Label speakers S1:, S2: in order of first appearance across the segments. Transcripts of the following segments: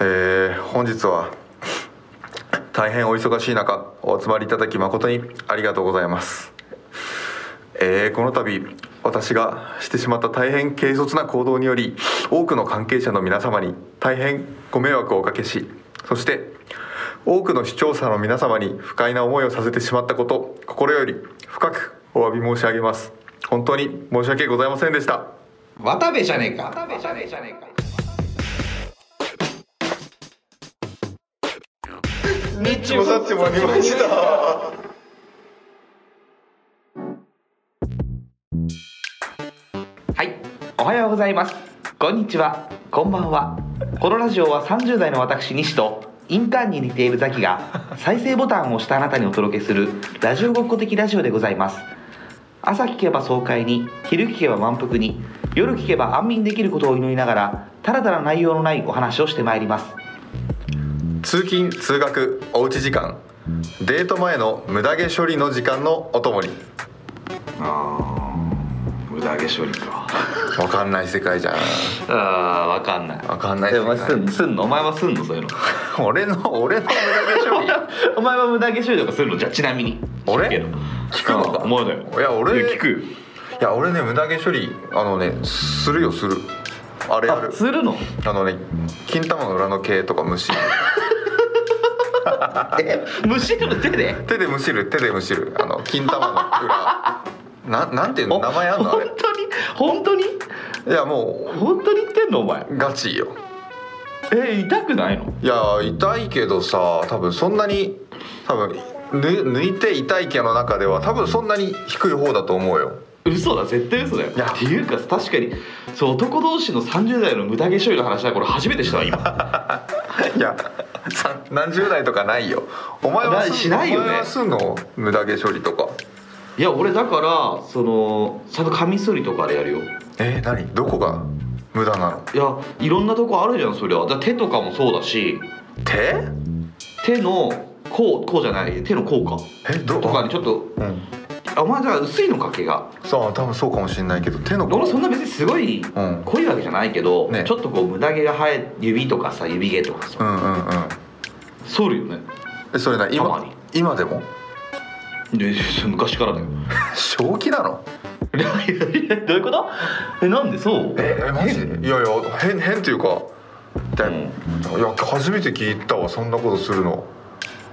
S1: えー本日は大変お忙しい中お集まりいただき誠にありがとうございます、えーこの度私がしてしまった大変軽率な行動により多くの関係者の皆様に大変ご迷惑をおかけしそして多くの視聴者の皆様に不快な思いをさせてしまったこと心より深くお詫び申し上げます本当に申し訳ございませんでした
S2: 渡部じゃねえか渡部じゃねえじゃねえか
S1: もさちもりました。
S2: はいおはようございますこんにちはこんばんはこのラジオは30代の私西とインターンに似ているザキが再生ボタンを押したあなたにお届けするラジオごっこ的ラジオでございます朝聞けば爽快に昼聞けば満腹に夜聞けば安眠できることを祈りながらただただ内容のないお話をしてまいります
S1: 通勤通学おうち時間デート前の無駄毛処理の時間のおともり
S2: あ無駄毛処理か
S1: わかんない世界じゃん
S2: ああわかんない
S1: わかんない
S2: で
S1: 世
S2: もお前す
S1: 界
S2: んすんのお前はすんのそういうの
S1: 俺の俺の無駄毛 処
S2: お前は無駄毛処理とかするのじゃあちなみに
S1: 俺
S2: 聞
S1: くのか
S2: お前だよ
S1: いや俺
S2: 聞くよ
S1: 理いや俺ね無駄毛処理あのねするよするあれや
S2: あ
S1: る
S2: するの
S1: あのね金玉の裏の毛とかむ しる
S2: むしろ手で
S1: 手でむしる手でむしるあの金玉の 裏ななんていうの名前あんのあ
S2: 本
S1: れ
S2: 当に本当に
S1: いやも
S2: 本当に言ってんのお前
S1: うガチよ
S2: え痛くないの
S1: いや痛いけどさ多分そんなに多分ぬ抜いて痛い毛の中では多分そんなに低い方だと思うよ
S2: 嘘だ絶対嘘だよ
S1: いや
S2: っていうか確かにそう男同士の30代の無駄毛処理の話だこれ初めてした わ今
S1: いやさ何十代とかないよお前は
S2: ないしないよね
S1: お前はすんの無駄毛処理とか
S2: いや俺だからそのちゃんとカミソリとかでやるよ
S1: えー、何どこが無駄なの
S2: いやいろんなとこあるじゃんそりゃだから手とかもそうだし
S1: 手
S2: 手のこうこうじゃない手のこうか
S1: えど
S2: とかにちょっと
S1: うん
S2: あお前じゃあ薄いのか毛が
S1: そう多分そうかもしれないけど手の
S2: 俺そんな別にすごい
S1: うん
S2: 濃いわけじゃないけど、
S1: ね
S2: ちょっとこう無駄毛が生え指とかさ指毛とか
S1: う
S2: さ、
S1: んうんうん
S2: 剃るよね
S1: えそれな
S2: たま
S1: 今
S2: に
S1: 今でも
S2: で昔からだよ
S1: 正気なの
S2: いやいやどういうことえなんでそう
S1: ええマジいやいや変変っていうかだ
S2: うん
S1: いや初めて聞いたわそんなことするの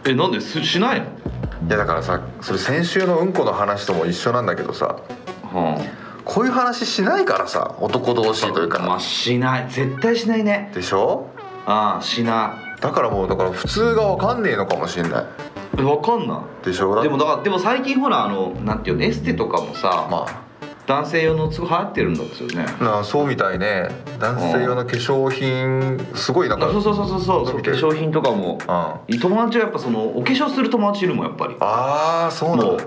S2: えなんですしないの、
S1: いやだからさそれ先週のうんこの話とも一緒なんだけどさ
S2: は
S1: こういう話しないからさ男同士という
S2: まあ
S1: か
S2: しない絶対しないね
S1: でしょ
S2: ああしな
S1: だからもうだから普通がわかんねえのかもしんない
S2: いえわかんな
S1: でしょ
S2: い
S1: だ
S2: でもだからでも最近ほらあのなんていうのエステとかもさ、
S1: ま
S2: 男性用のすごい流行ってるんですよね
S1: あなあそうみたいね男性用の化粧品すごいなんか
S2: そうそうそうそうそう
S1: 伸
S2: そう
S1: び
S2: 化
S1: てる
S2: 粧品とかも
S1: うんあ
S2: 友達がやっぱそのお化粧する友達いるもんやっぱり
S1: あーそうな
S2: も
S1: の
S2: う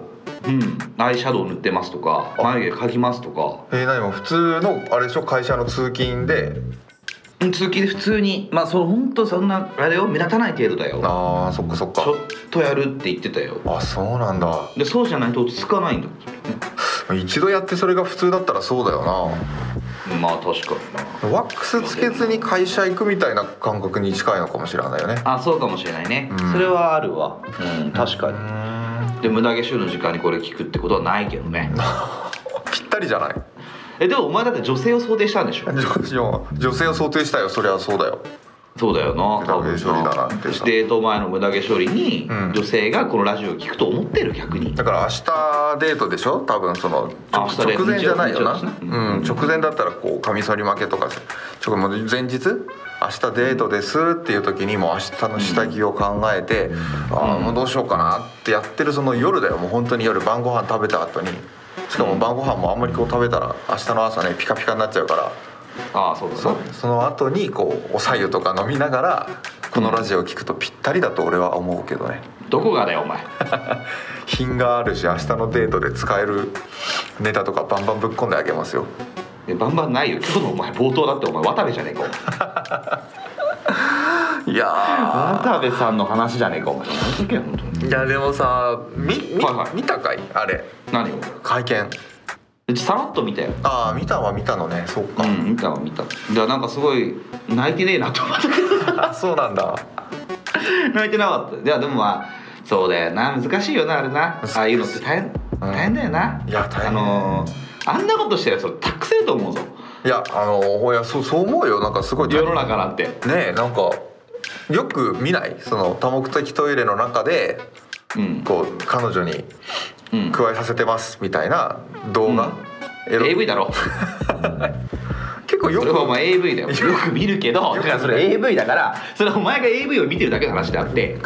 S2: うんアイシャドウ塗ってますとか
S1: あ
S2: 眉毛描きますとか
S1: えー、何も普通のあれでしょ会社の通勤で
S2: うん通勤で普通にまあその本当そんなあれを目立たない程度だよ
S1: ああそっかそっ
S2: ちょ
S1: か
S2: っとやるって言ってたよ
S1: あそうなんだ
S2: でそうじゃないと落ち着かないんだ
S1: 一度やってそれが普通だったらそうだよな
S2: まあ確かにな
S1: ワックスつけずに会社行くみたいな感覚に近いのかもしれないよね
S2: あそうかもしれないね、
S1: うん
S2: それはあるわうん確か
S1: う
S2: に
S1: ーん
S2: で無駄毛臭の時間にこれ聞くってことはないけどね
S1: ぴったりじゃない
S2: えでもお前だって女性を想定したんでしょ
S1: 女女性を想定したよそりゃそうだよ
S2: そうだよな
S1: 無駄毛処理だな
S2: 多分
S1: ってさ
S2: デート前の無駄毛処理に
S1: うん
S2: 女性がこのラジオを聞くと思ってる逆に
S1: だから明日デートでしょ多分その
S2: あ
S1: 直
S2: 明日デート
S1: 直前じゃないよな、
S2: 日曜日ですね
S1: うん、直前だったらこうカミソリ負けとかちょもう前日明日デートですっていう時にもう明日の下着を考えて、ああもうどうしようかなってやってるその夜だよもう本当に夜晩ご飯食べた後にしかも晩ご飯もあんまりこう食べたら明日の朝ねピカピカになっちゃうから
S2: ああそうだ
S1: そ
S2: な
S1: その後にこうお白湯とか飲みながらこのラジオを聞くとぴったりだと俺は思うけどね
S2: どこがだよお前
S1: 品があるし明日のデートで使えるネタとかバンバンぶっ込んであげますよ
S2: いやバンバンないよ今日のお前冒頭だってお前渡部じゃねえかお前
S1: いや
S2: 渡部さんの話じゃねえかお前何だっけ本当に
S1: いやでもさみみ、
S2: はいはい
S1: 見たかいあれ
S2: 何を
S1: 会見
S2: うちさらっと見たよ
S1: ああ見たは見たのねそっか、
S2: うん見たわ見ただからなんかすごい泣いてねえなと思ったけど
S1: あそうなんだ
S2: 泣いてなかったではでもまあそうだよな難しいよなあれな
S1: 難しい
S2: ああいうのって大変大変だよな、
S1: いや大変
S2: あのーあんなことしてるやつ俺たくさんいると思うぞ
S1: いやあのいやそうそう思うよなんかすごい
S2: 世の中なんて
S1: ねえなんかよく見ないその多目的トイレの中で
S2: うん、
S1: こう彼女に
S2: うん、
S1: 加えさせてますみたいな動画、エロ
S2: AV だろ
S1: 結構よ
S2: それはお
S1: く
S2: 前 AV だよよく見るけどだからそれ AV だからそれはお前が AV を見てるだけの話であって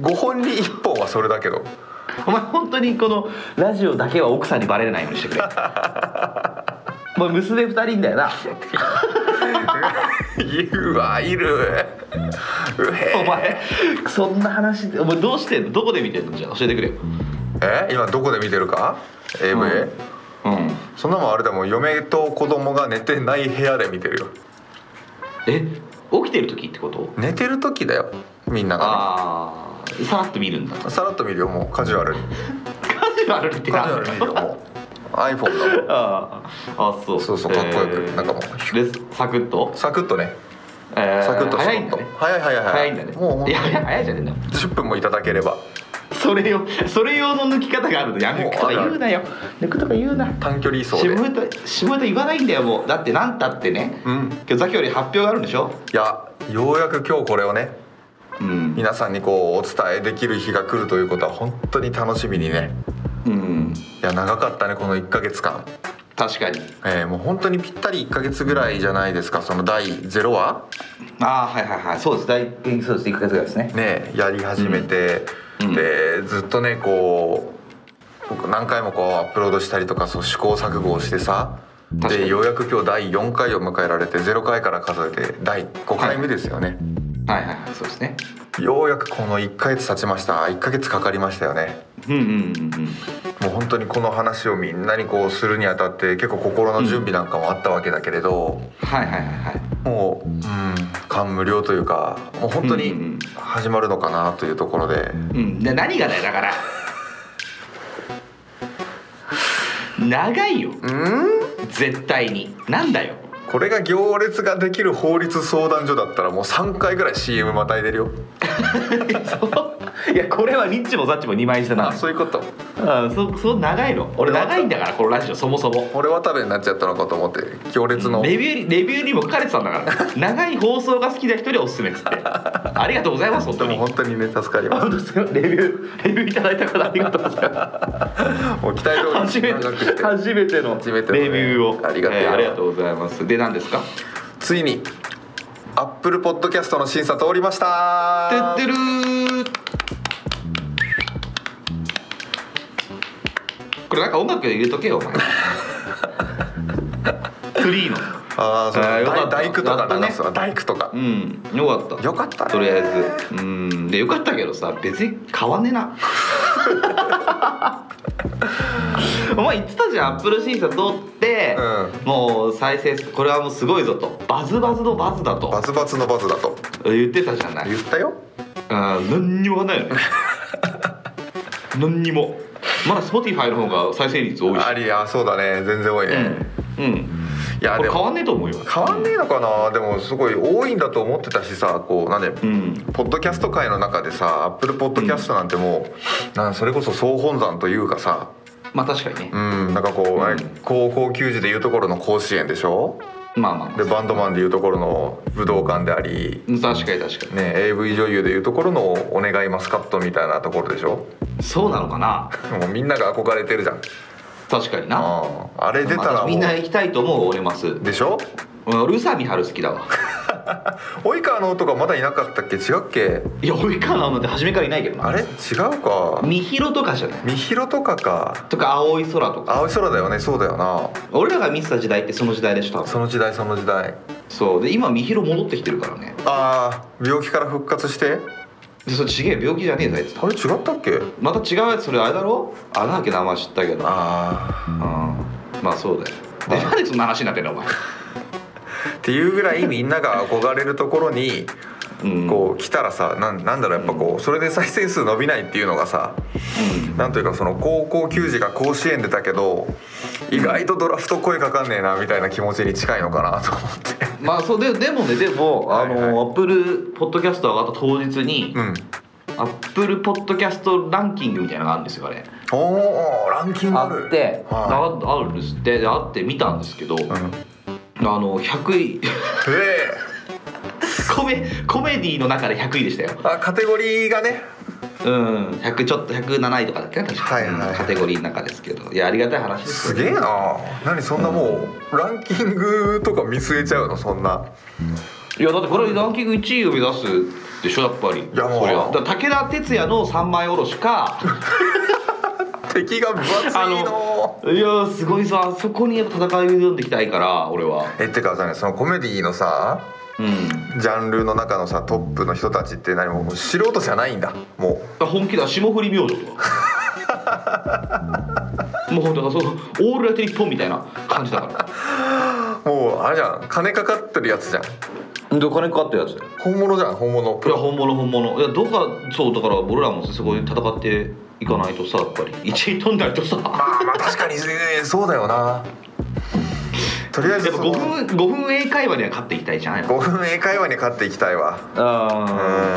S1: 5本に1本はそれだけど
S2: お前本当にこのラジオだけは奥さんにバレないように してくれお前娘2人んだよな
S1: 言うわいるうへ
S2: お前そんな話お前どうしてんのどこで見てんのじゃあ教えてくれよ
S1: え今どこで見てるか AV、
S2: うんうん
S1: そんなもんあれだもん嫁と子供が寝てない部屋で見てるよ
S2: え起きてる時ってこと
S1: 寝てる時だよみんなが
S2: ああさらっと見るんだ
S1: ねさらっと見るよもうカジュアルに
S2: カジュアルって
S1: カ
S2: な
S1: ジュアルに見るよもう iPhone だもん
S2: あーあそう
S1: そうそうかっこよく
S2: えー
S1: なんかもう
S2: でサクッと、
S1: サクッとね
S2: えー
S1: サクッと
S2: 早
S1: サ
S2: い
S1: クッ
S2: ん
S1: と
S2: だね
S1: 早い早い早い
S2: 早いんだね
S1: もう本当
S2: い
S1: に
S2: や早い早いじゃねえんだよ
S1: 10分もいただければ
S2: それよそれ用の抜き方があるのやめ
S1: もう
S2: 抜くとか
S1: あるある
S2: 言うなよ抜くとか言うな
S1: 短距離走
S2: 下
S1: で
S2: ネタ下ネタ言わないんだよもうだって何たってね、
S1: うん
S2: 今日ザキより発表があるんでしょ
S1: いやようやく今日これをね
S2: うん、
S1: 皆さんにこうお伝えできる日が来るということは本当に楽しみにね
S2: うん、
S1: いや長かったねこの1ヶ月間、
S2: 確かに
S1: えーもう本当にぴったり1ヶ月ぐらいじゃないですかその第0話
S2: ああはいはいはいそうです大変そうです1ヶ月ぐらいですね
S1: ねやり始めて、
S2: うんうん
S1: でずっとねこう僕何回もこうアップロードしたりとかそう試行錯誤をしてさ
S2: 確か
S1: で
S2: に
S1: ようやく今日第4回を迎えられて0回から数えて第5回目ですよね、
S2: はいはいはいそうですね
S1: ようやくこの1ヶ月経ちました1ヶ月かかりましたよね
S2: うんうんうんうん
S1: もう本当にこの話をみんなにこうするにあたって結構心の準備なんかもあったわけだけれど、
S2: はいはいはいはい
S1: もう、うん、感無量というかもう本当
S2: うんうんうん
S1: に始まるのかなというところで、
S2: うんで何がだよだから長いよ
S1: うん
S2: 絶対になんだよ
S1: これが行列ができる法律相談所だったらもう3回ぐらい CM またいでるよ
S2: そういやこれはリッチもサッチも2枚してな
S1: そういうこと
S2: あそそう長いの俺長いんだからこのラジオそもそも
S1: 俺渡部になっちゃったのかと思って行列の、
S2: レビューにレビューにも書かれてたんだから長い放送が好きな人にはおすすめっつってありがとうございます 本
S1: で
S2: 当
S1: も
S2: に
S1: 本当にね助かります
S2: 本当ですよレビューレビューいただいた方ありがとうございます
S1: もう期待通
S2: 初
S1: り
S2: め
S1: に
S2: て
S1: 長くして
S2: 初めての
S1: 初めてのね
S2: レビューを
S1: ありがてえ
S2: え
S1: よ
S2: ーありがとうございますで何ですか
S1: ついにアップルポッドキャストの審査通りました
S2: てってるーこれなんか音楽入れとけよお前フリーの
S1: ああそう
S2: あーよかった
S1: 大大工と
S2: やっと
S1: か
S2: ね
S1: 流すわ、大工とか
S2: うんよかった
S1: よかったね
S2: とりあえずうんでよかったけどさ別に変わんねえ なお前言ってたじゃんアップル審査通って、もう再生数これはもうすごいぞとバズバズのバズだ
S1: バ
S2: と
S1: ツバツのバツだと
S2: 言ってたじゃない
S1: 言ったよ
S2: あー何にもわかんないよね何にもまだ Spotify の方が再生率多いし
S1: ありあそうだね全然多いね、
S2: うん、うん、
S1: いや
S2: こ
S1: で
S2: れ変
S1: も
S2: わんねえと思うよ
S1: 変わんねえのかなでもすごい多いんだと思ってたしさこうなんで、
S2: うん
S1: ポッドキャスト界の中でさアップルポッドキャストなんてもう、なんそれこそ総本山というかさ
S2: まあ確かにね
S1: うんなんかこう、
S2: ん
S1: あれ高校球児でいうところの甲子園でしょ
S2: まあまあまあ
S1: でバンドマンでいうところの武道館であり
S2: うん確かに確か
S1: ね、AV 女優でいうところのお願いマスカットみたいなところでしょ
S2: にそうなのかな
S1: もうみんなが憧れてるじゃん
S2: 確かにな
S1: あああれ出た
S2: ま
S1: ら
S2: あ
S1: も
S2: みんな
S1: う
S2: 行きたいと思う俺ます
S1: でしょ
S2: うん俺宇佐美春好きだわ
S1: 及川の男まだいなかったっけ違うっけ
S2: いや及川なんて初めからいないけどな
S1: あれ違うか
S2: みひろとかじゃない
S1: みひろとかか
S2: とか青い空とか
S1: 青い空だよねそうだよな
S2: 俺らが見てた時代ってその時代でした
S1: その時代その時代
S2: そうで今みひろ戻ってきてるからね
S1: ああ病気から復活して
S2: でそれちげえ病気じゃねえぞあいつ
S1: あれ違ったっけ
S2: また違うやつそれあれだろあれだっけ名前知ったけどうん
S1: あ
S2: まあそうだよでなんでそんな話になってんのお前
S1: あっていうぐらいみんなが憧れるところに
S2: うん
S1: こう来たらさなんなんだろうやっぱこうそれで再生数伸びないっていうのがさなんというかその高校球児が甲子園出たけど意外とドラフト声かかんねえなみたいな気持ちに近いのかなと思って。
S2: まあそうででもねでもあの、
S1: はいはい
S2: アップルポッドキャスト上がった当日に、
S1: うん
S2: アップルポッドキャストランキングみたいなのがあるんですよあれ
S1: おーランキングあ
S2: あ
S1: る
S2: って、
S1: は
S2: ああるんですってであって見たんですけど、
S1: い、うん、
S2: あの100位
S1: え
S2: コメコメディの中で100位でしたよ
S1: えあカテゴリーがね
S2: うん100ちょっと107位とかだっけな確か、
S1: はいはいはい
S2: うんカテゴリーの中ですけどいやありがたい話です
S1: すげえな何そんなもうランキングとか見据えちゃうのそんない
S2: やだってこれランキング1位を目指すでしょやっぱり
S1: やもう
S2: そりゃだから武田鉄矢の三枚おろし か
S1: 敵が分厚い
S2: あ
S1: の
S2: いやーすごいさあそこにやっぱ戦いを挑んでいきたいから俺は
S1: えってかさねそのコメディのさ
S2: うん
S1: ジャンルの中のさトップの人たちって何もう素人じゃないんだも
S2: 本気だ霜降り明星 とかもうだからそうオールライト日本みたいな感じだから
S1: うもうあれじゃん金かかってるやつじゃん
S2: でお金かかったやつい
S1: 本物じゃん本物
S2: や本物本物いやどうかそうだから俺らもすごい戦っていかないとさやっぱり1位取んないとさや
S1: まあまあ確かに、えーそうだよなとりあえず
S2: っぱ
S1: その
S2: 5分五分英会話には勝っていきたいじゃないの
S1: 5分英会話に勝っていきたいわ
S2: あ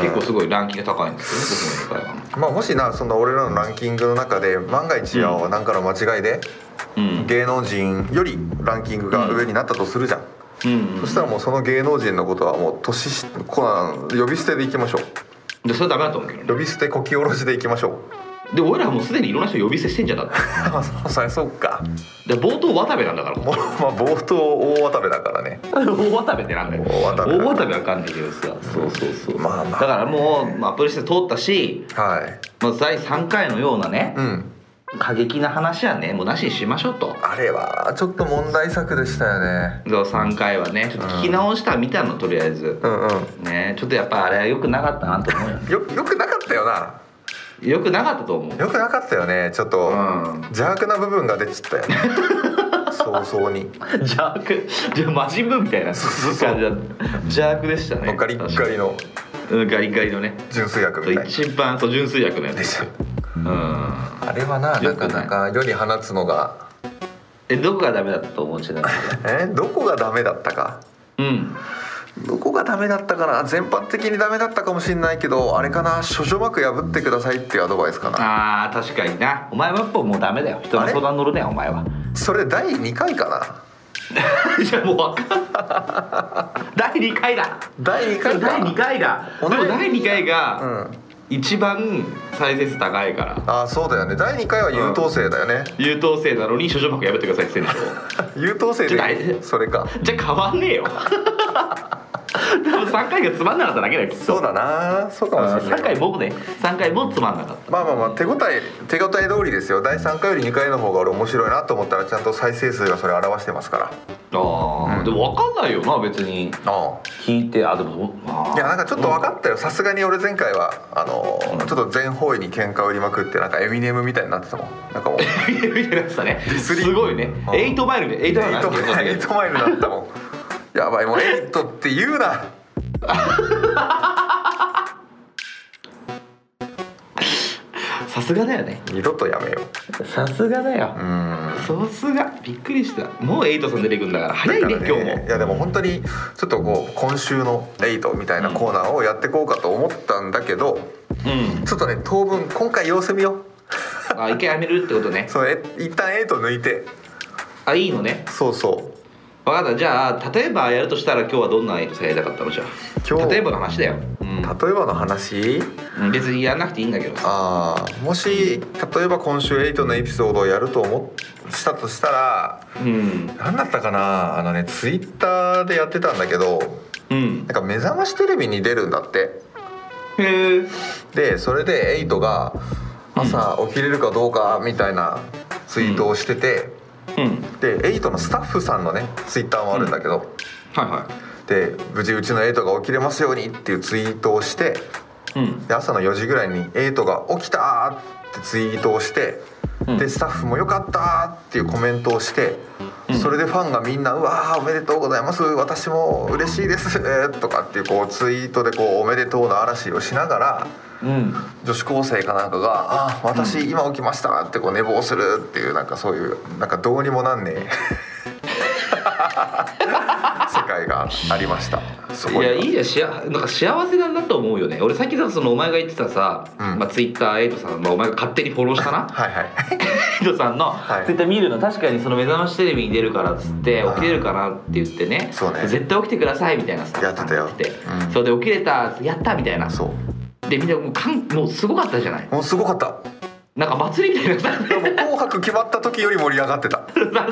S1: う
S2: ー
S1: ん
S2: 結構すごいランキング高いんですよね5分英会話も
S1: まあもしなその俺らのランキングの中で万が一や何かの間違いで
S2: うん
S1: 芸能人よりランキングが上になったとするじゃん、
S2: うん
S1: そしたらもうその芸能人のことはもう年しコナン呼び捨てでいきましょう
S2: でそれはダメだと思うけどね
S1: 呼び捨てこき下ろしでいきましょ
S2: で俺らはもうすでにいろんな人呼び捨てしてんじゃんだって
S1: う そりゃそうか
S2: で冒頭渡部なんだから
S1: もう、まあ、冒頭大渡部だからね
S2: 大渡部ってなんだよ
S1: 大渡部
S2: 大渡部わかんないけどさそうそうそう
S1: まあまあ
S2: だからもうまあアップルして通ったし、
S1: はい
S2: まあ、第3回のようなね
S1: うん
S2: 過激な話はねもうなしにしましょうと
S1: あれはちょっと問題作でしたよね
S2: 第3回はねちょっと聞き直したみたのとりあえず
S1: うんうん
S2: ねちょっとやっぱあれは良くなかったなと思うよ
S1: よよくなかったよな
S2: 良くなかったと思う
S1: よくなかったよねちょっと、
S2: うん
S1: 邪悪な部分が出ちったよね 早々に
S2: 邪悪じゃあマジブーみたいな
S1: そうそう
S2: 感じだった邪悪でしたね
S1: ガリッガリの
S2: うんガリガリのね
S1: 純粋薬
S2: そう
S1: みたい
S2: 一番そう純粋役のやつ
S1: でしょ
S2: うん
S1: あれはな
S2: よ
S1: なか
S2: くない
S1: なか世に放つのが
S2: えどこがダメだったと思うちなみに
S1: えどこがダメだったか
S2: うん
S1: どこがダメだったかな全般的にダメだったかもしれないけどあれかな処女膜破ってくださいっていうアドバイスかな
S2: あー確かになお前はやっぱもうダメだよ人の相談乗るねお 前は
S1: それ第2回かない
S2: やもう分かんない第2回だ
S1: 第2回
S2: 第
S1: か
S2: 2回だで
S1: 同じ
S2: も第2回
S1: う
S2: が
S1: ん
S2: 一番再生数高いから
S1: ああそうだよね第2回は優等生だよね、
S2: 優等生なのに処女膜破ってくださいって言ってんでしょ
S1: 優等生
S2: ちょっとあれ
S1: でそれか
S2: じゃあ変わんね えよ多分3回がつまんなかっただけだよきっと
S1: そうだなそうかもしれない
S2: 3回もね3回もつまんなかっ
S1: まあまあまあ手応え手応え通りですよ第3回より2回の方が俺面白いなと思ったらちゃんと再生数がそれ表してますから
S2: たあー、
S1: うん
S2: でも分かんないよな別に
S1: あ
S2: 聞いてあでもあー
S1: いやなんかちょっと分かったよさすがに俺前回はあのーちょっと全方位に喧嘩売りまくってなんかエミネムみたいになってたもんなんかも うエ
S2: 見てるやつだね
S1: スリー
S2: すごいね
S1: あ
S2: エイトマイルでエイ
S1: イ
S2: ト
S1: ト
S2: マイルなんて言うんだ
S1: マイル
S2: け
S1: エイトマイルだったもんやばいもうエイトって言うな
S2: どさすがだよね
S1: 二度とやめよ
S2: さすがだよ
S1: うう、ん
S2: さすがびっくりしたもうエイトさん出てくんだから早いね
S1: だから
S2: 今日
S1: い
S2: も
S1: やでも本当にちょっとこう今週の「エイトみたいなコーナーをやっていこうかと思ったんだけど、
S2: うん
S1: ちょっとね当分今回様子見よう
S2: あ一回やめるってことね
S1: それ一旦エイト抜いて
S2: あいいのね
S1: そうそう
S2: 分かったじゃあ例えばやるとしたら今日はどんなエイトさんやりたかったのじゃ
S1: 今
S2: あ
S1: 日
S2: 例えばの話だよ、うん
S1: 例えばの話
S2: うん、別にやんなくていいんだけどさ
S1: あーもし例えば今週エイトのエピソードをやると思っしたとしたら
S2: うん
S1: 何だったかなあのねツイッターでやってたんだけど
S2: うん
S1: なんか目覚ましテレビに出るんだって
S2: へえ
S1: でそれでエイトが
S2: うん
S1: 朝起きれるかどうかみたいなツイートをしてて、
S2: うん
S1: でエイトのスタッフさんのねツイッターもあるんだけど、
S2: はいは
S1: で無事うちのエイトが起きれますようにっていうツイートをして
S2: いうん
S1: で朝の4時ぐらいに「エイトが起きた!」ってツイートをして、
S2: うん
S1: でスタッフも「よかった!」っていうコメントをしてそれでファンがみんな「うわーおめでとうございます私も嬉しいです」とかっていうこうツイートでこう「おめでとう」の嵐をしながら
S2: うん
S1: 女子高生かなんかが「あー私今起きました」ってこう寝坊するっていうなんかそういうなんかどうにもなんね え世界がありましたそこ
S2: い
S1: に
S2: やいいじゃんしあなんか幸せだなと思うよね俺さっきさそのお前が言ってたさ、
S1: うん
S2: まあ、ツイッターエイトさん、まあ、お前が勝手にフォローしたな
S1: はいはい
S2: エイトさんの
S1: はい
S2: ツイッター見るの確かにその「目覚ましテレビ」に出るからっつって
S1: うん
S2: 起きれるかなって言ってね
S1: そうね
S2: 絶対起きてくださいみたいなさ
S1: やってたよ
S2: 来て、
S1: うん
S2: それで起きれたやったみたいな
S1: そう
S2: でみんなもうかんもうすごかったじゃない
S1: もうすごかった
S2: なんか祭りみたいなさ
S1: でもう紅白決まった時より盛り上がってた
S2: 確か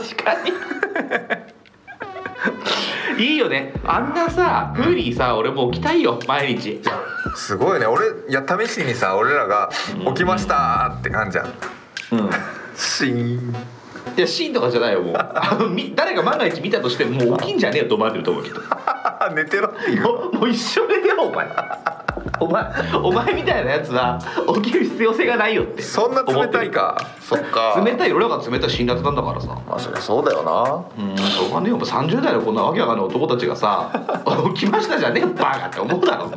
S2: にいいよねあんなさ風にさ俺もう起きたいよ毎日
S1: すごいね俺いや試しにさ俺らが「起きました」って感じじゃん
S2: うん
S1: シーン
S2: いやシーンとかじゃないよもうあのみ誰が万が一見たとしてももう起きんじゃねえよと思われてると思うけど
S1: あ 寝てろっていう
S2: もうもう一生寝てよお前お前お前みたいなやつは起きる必要性がないよって
S1: そんな冷たいかそっか
S2: 思ってる冷たい俺らが冷たい辛辣なんだからさ
S1: まあそりゃそうだよな
S2: うんしょうがねえよお前30代のこんなわけわかんない男たちがさ 「起きましたじゃねえよバカ」って思うだろ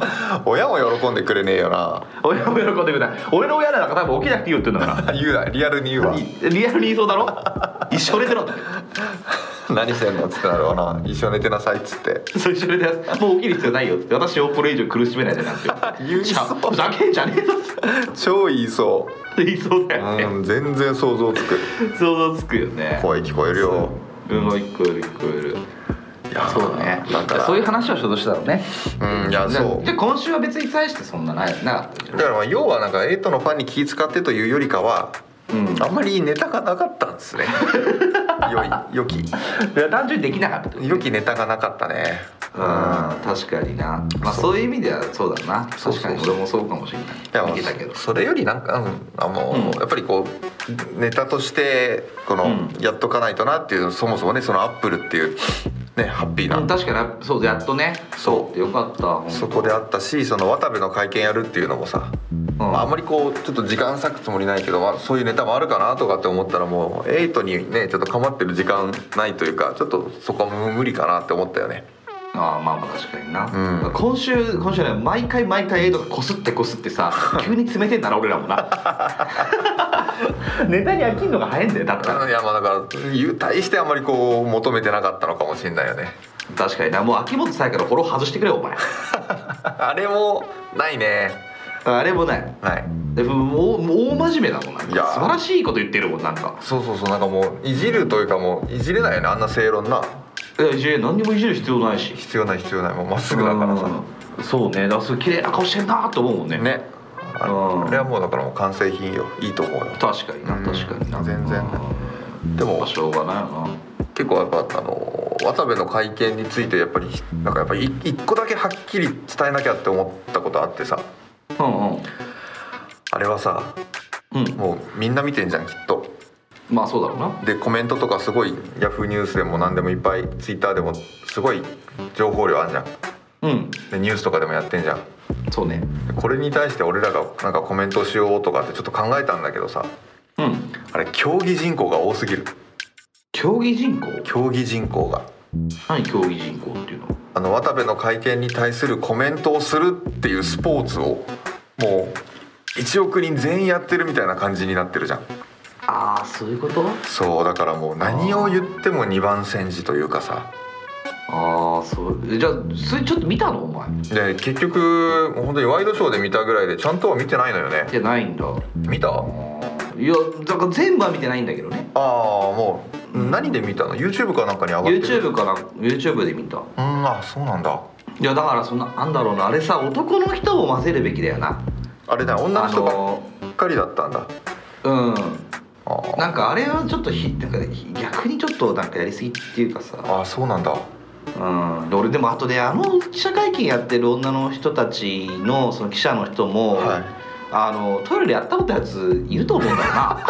S1: 親も喜んでくれねえよな
S2: 俺も喜んでくれない俺の親なんか多分起きなくていいよって言うんだか
S1: 言うなリアルに言うわ
S2: らリアルに言いそうだろ一生寝てろって
S1: 何してんのっつってなるわな一緒寝てなさいっつって
S2: そう一緒に出すもう起きる必要ないよって私をこれ以上苦しめないでなんて
S1: 言い
S2: じゃ
S1: そう
S2: ふざけんじゃねえぞ
S1: 超言いそ
S2: って言いそうだ
S1: う
S2: よね、
S1: うん全然想像つく
S2: 想像つくよね
S1: 声聞こえるよ
S2: うんもう一個より聞こえる
S1: いや
S2: そうだね
S1: だから
S2: そういう話をしようとしたのね
S1: うんいや
S2: じゃあ
S1: そう
S2: じゃあ今週は別に大してそんなないなかったけ
S1: だ
S2: ど
S1: からまあ要はなんかエイトのファンに気遣ってというよりかは
S2: うん
S1: あんまりいいネタがなかったんです ね良い良き
S2: いや単純にできなかったってことね
S1: 良きネタがなかったね
S2: うん確かになまあそういう意味ではそうだな
S1: そう
S2: 確かに
S1: そうそう
S2: 俺もそうかもしれ
S1: いや
S2: ない見てたけど
S1: それよりなんか、うん、あの、
S2: うん
S1: やっぱりこうネタとしてこの、
S2: うん
S1: やっとかないとなっていうそもそもねそのアップルっていうねハッピーな、
S2: うん確かにそうやっとね
S1: そう
S2: よかったほんと
S1: そこであったしその渡部の会見やるっていうのもさ、
S2: うん
S1: まあ、あまりこうちょっと時間割くつもりないけど、まあ、そういうネタもあるかなとかって思ったらもうエイトにねちょっと構ってる時間ないというかちょっとそこはもう無理かなって思ったよね。
S2: ああまあまあ確かにな、
S1: うん
S2: 今週今週ね毎回毎回エイドがこすってこすっ てさ急に詰めてんだな俺らもなネタに飽きんのが早いんだよだったら
S1: いやまあだから言う対してあんまりこう求めてなかったのかもしれないよね
S2: 確かになもう秋元さやからフォロー外してくれよお前
S1: あれもないね
S2: あれもない
S1: ない
S2: でもうもう大真面目だもんなんか
S1: いや
S2: 素晴らしいこと言ってるもんなんか
S1: そうそうそうなんかもういじるというかもういじれないよねあんな正論ない
S2: やいや何にもいじる必要ないし
S1: 必要ない必要ないもうまっすぐだからさ
S2: うんそうねだからすごい綺麗な顔してんなと思うもんね
S1: ねあ
S2: うん
S1: あれはもうだからもう完成品よいいと思うよ
S2: 確かにな
S1: うん
S2: 確かにな
S1: 全然
S2: うん
S1: で
S2: ま
S1: も
S2: あしょうがないよな
S1: 結構やっぱあの渡部の会見についてやっぱりなんかやっぱい一個だけはっきり伝えなきゃって思ったことあってさ
S2: うんうん
S1: あれはさ
S2: うん
S1: もうみんな見てんじゃんきっと
S2: まあそうだろうな
S1: でコメントとかすごいヤフーニュースでも何でもいっぱいツイッターでもすごい情報量あんじゃん
S2: うん
S1: でニュースとかでもやってんじゃん
S2: そうね
S1: でこれに対して俺らがなんかコメントしようとかってちょっと考えたんだけどさ
S2: うん
S1: あれ競技人口が多すぎる
S2: 競技人口
S1: 競技人口が
S2: 何競技人口っていうの
S1: あの渡部の会見に対するコメントをするっていうスポーツをもう1億人全員やってるみたいな感じになってるじゃん
S2: ああそういうこと
S1: そうだからもう何を言っても2番煎じというかさ
S2: ああそうえじゃあそれちょっと見たのお前
S1: で結局本当にワイドショーで見たぐらいでちゃんとは見てないのよね
S2: じゃないんだ
S1: 見たあ
S2: いやだから全部は見てないんだけどね
S1: あもう何で見たの YouTube かなんかに上がってる
S2: YouTube かな YouTube で見た
S1: うんあそうなんだ
S2: いやだからそんななんだろうなあれさ男の人を混ぜるべきだよな
S1: あれだ女の人
S2: あ
S1: ば
S2: の
S1: っかりだったんだ
S2: うん
S1: あー
S2: なんかあれはちょっとひなんかひ逆にちょっとなんかやりすぎっていうかさ
S1: あーそうなんだ
S2: うん、で俺でもあとねあの記者会見やってる女の人たちのその記者の人も、
S1: はい
S2: あのトイレでやったことあるやついると思うんだよな。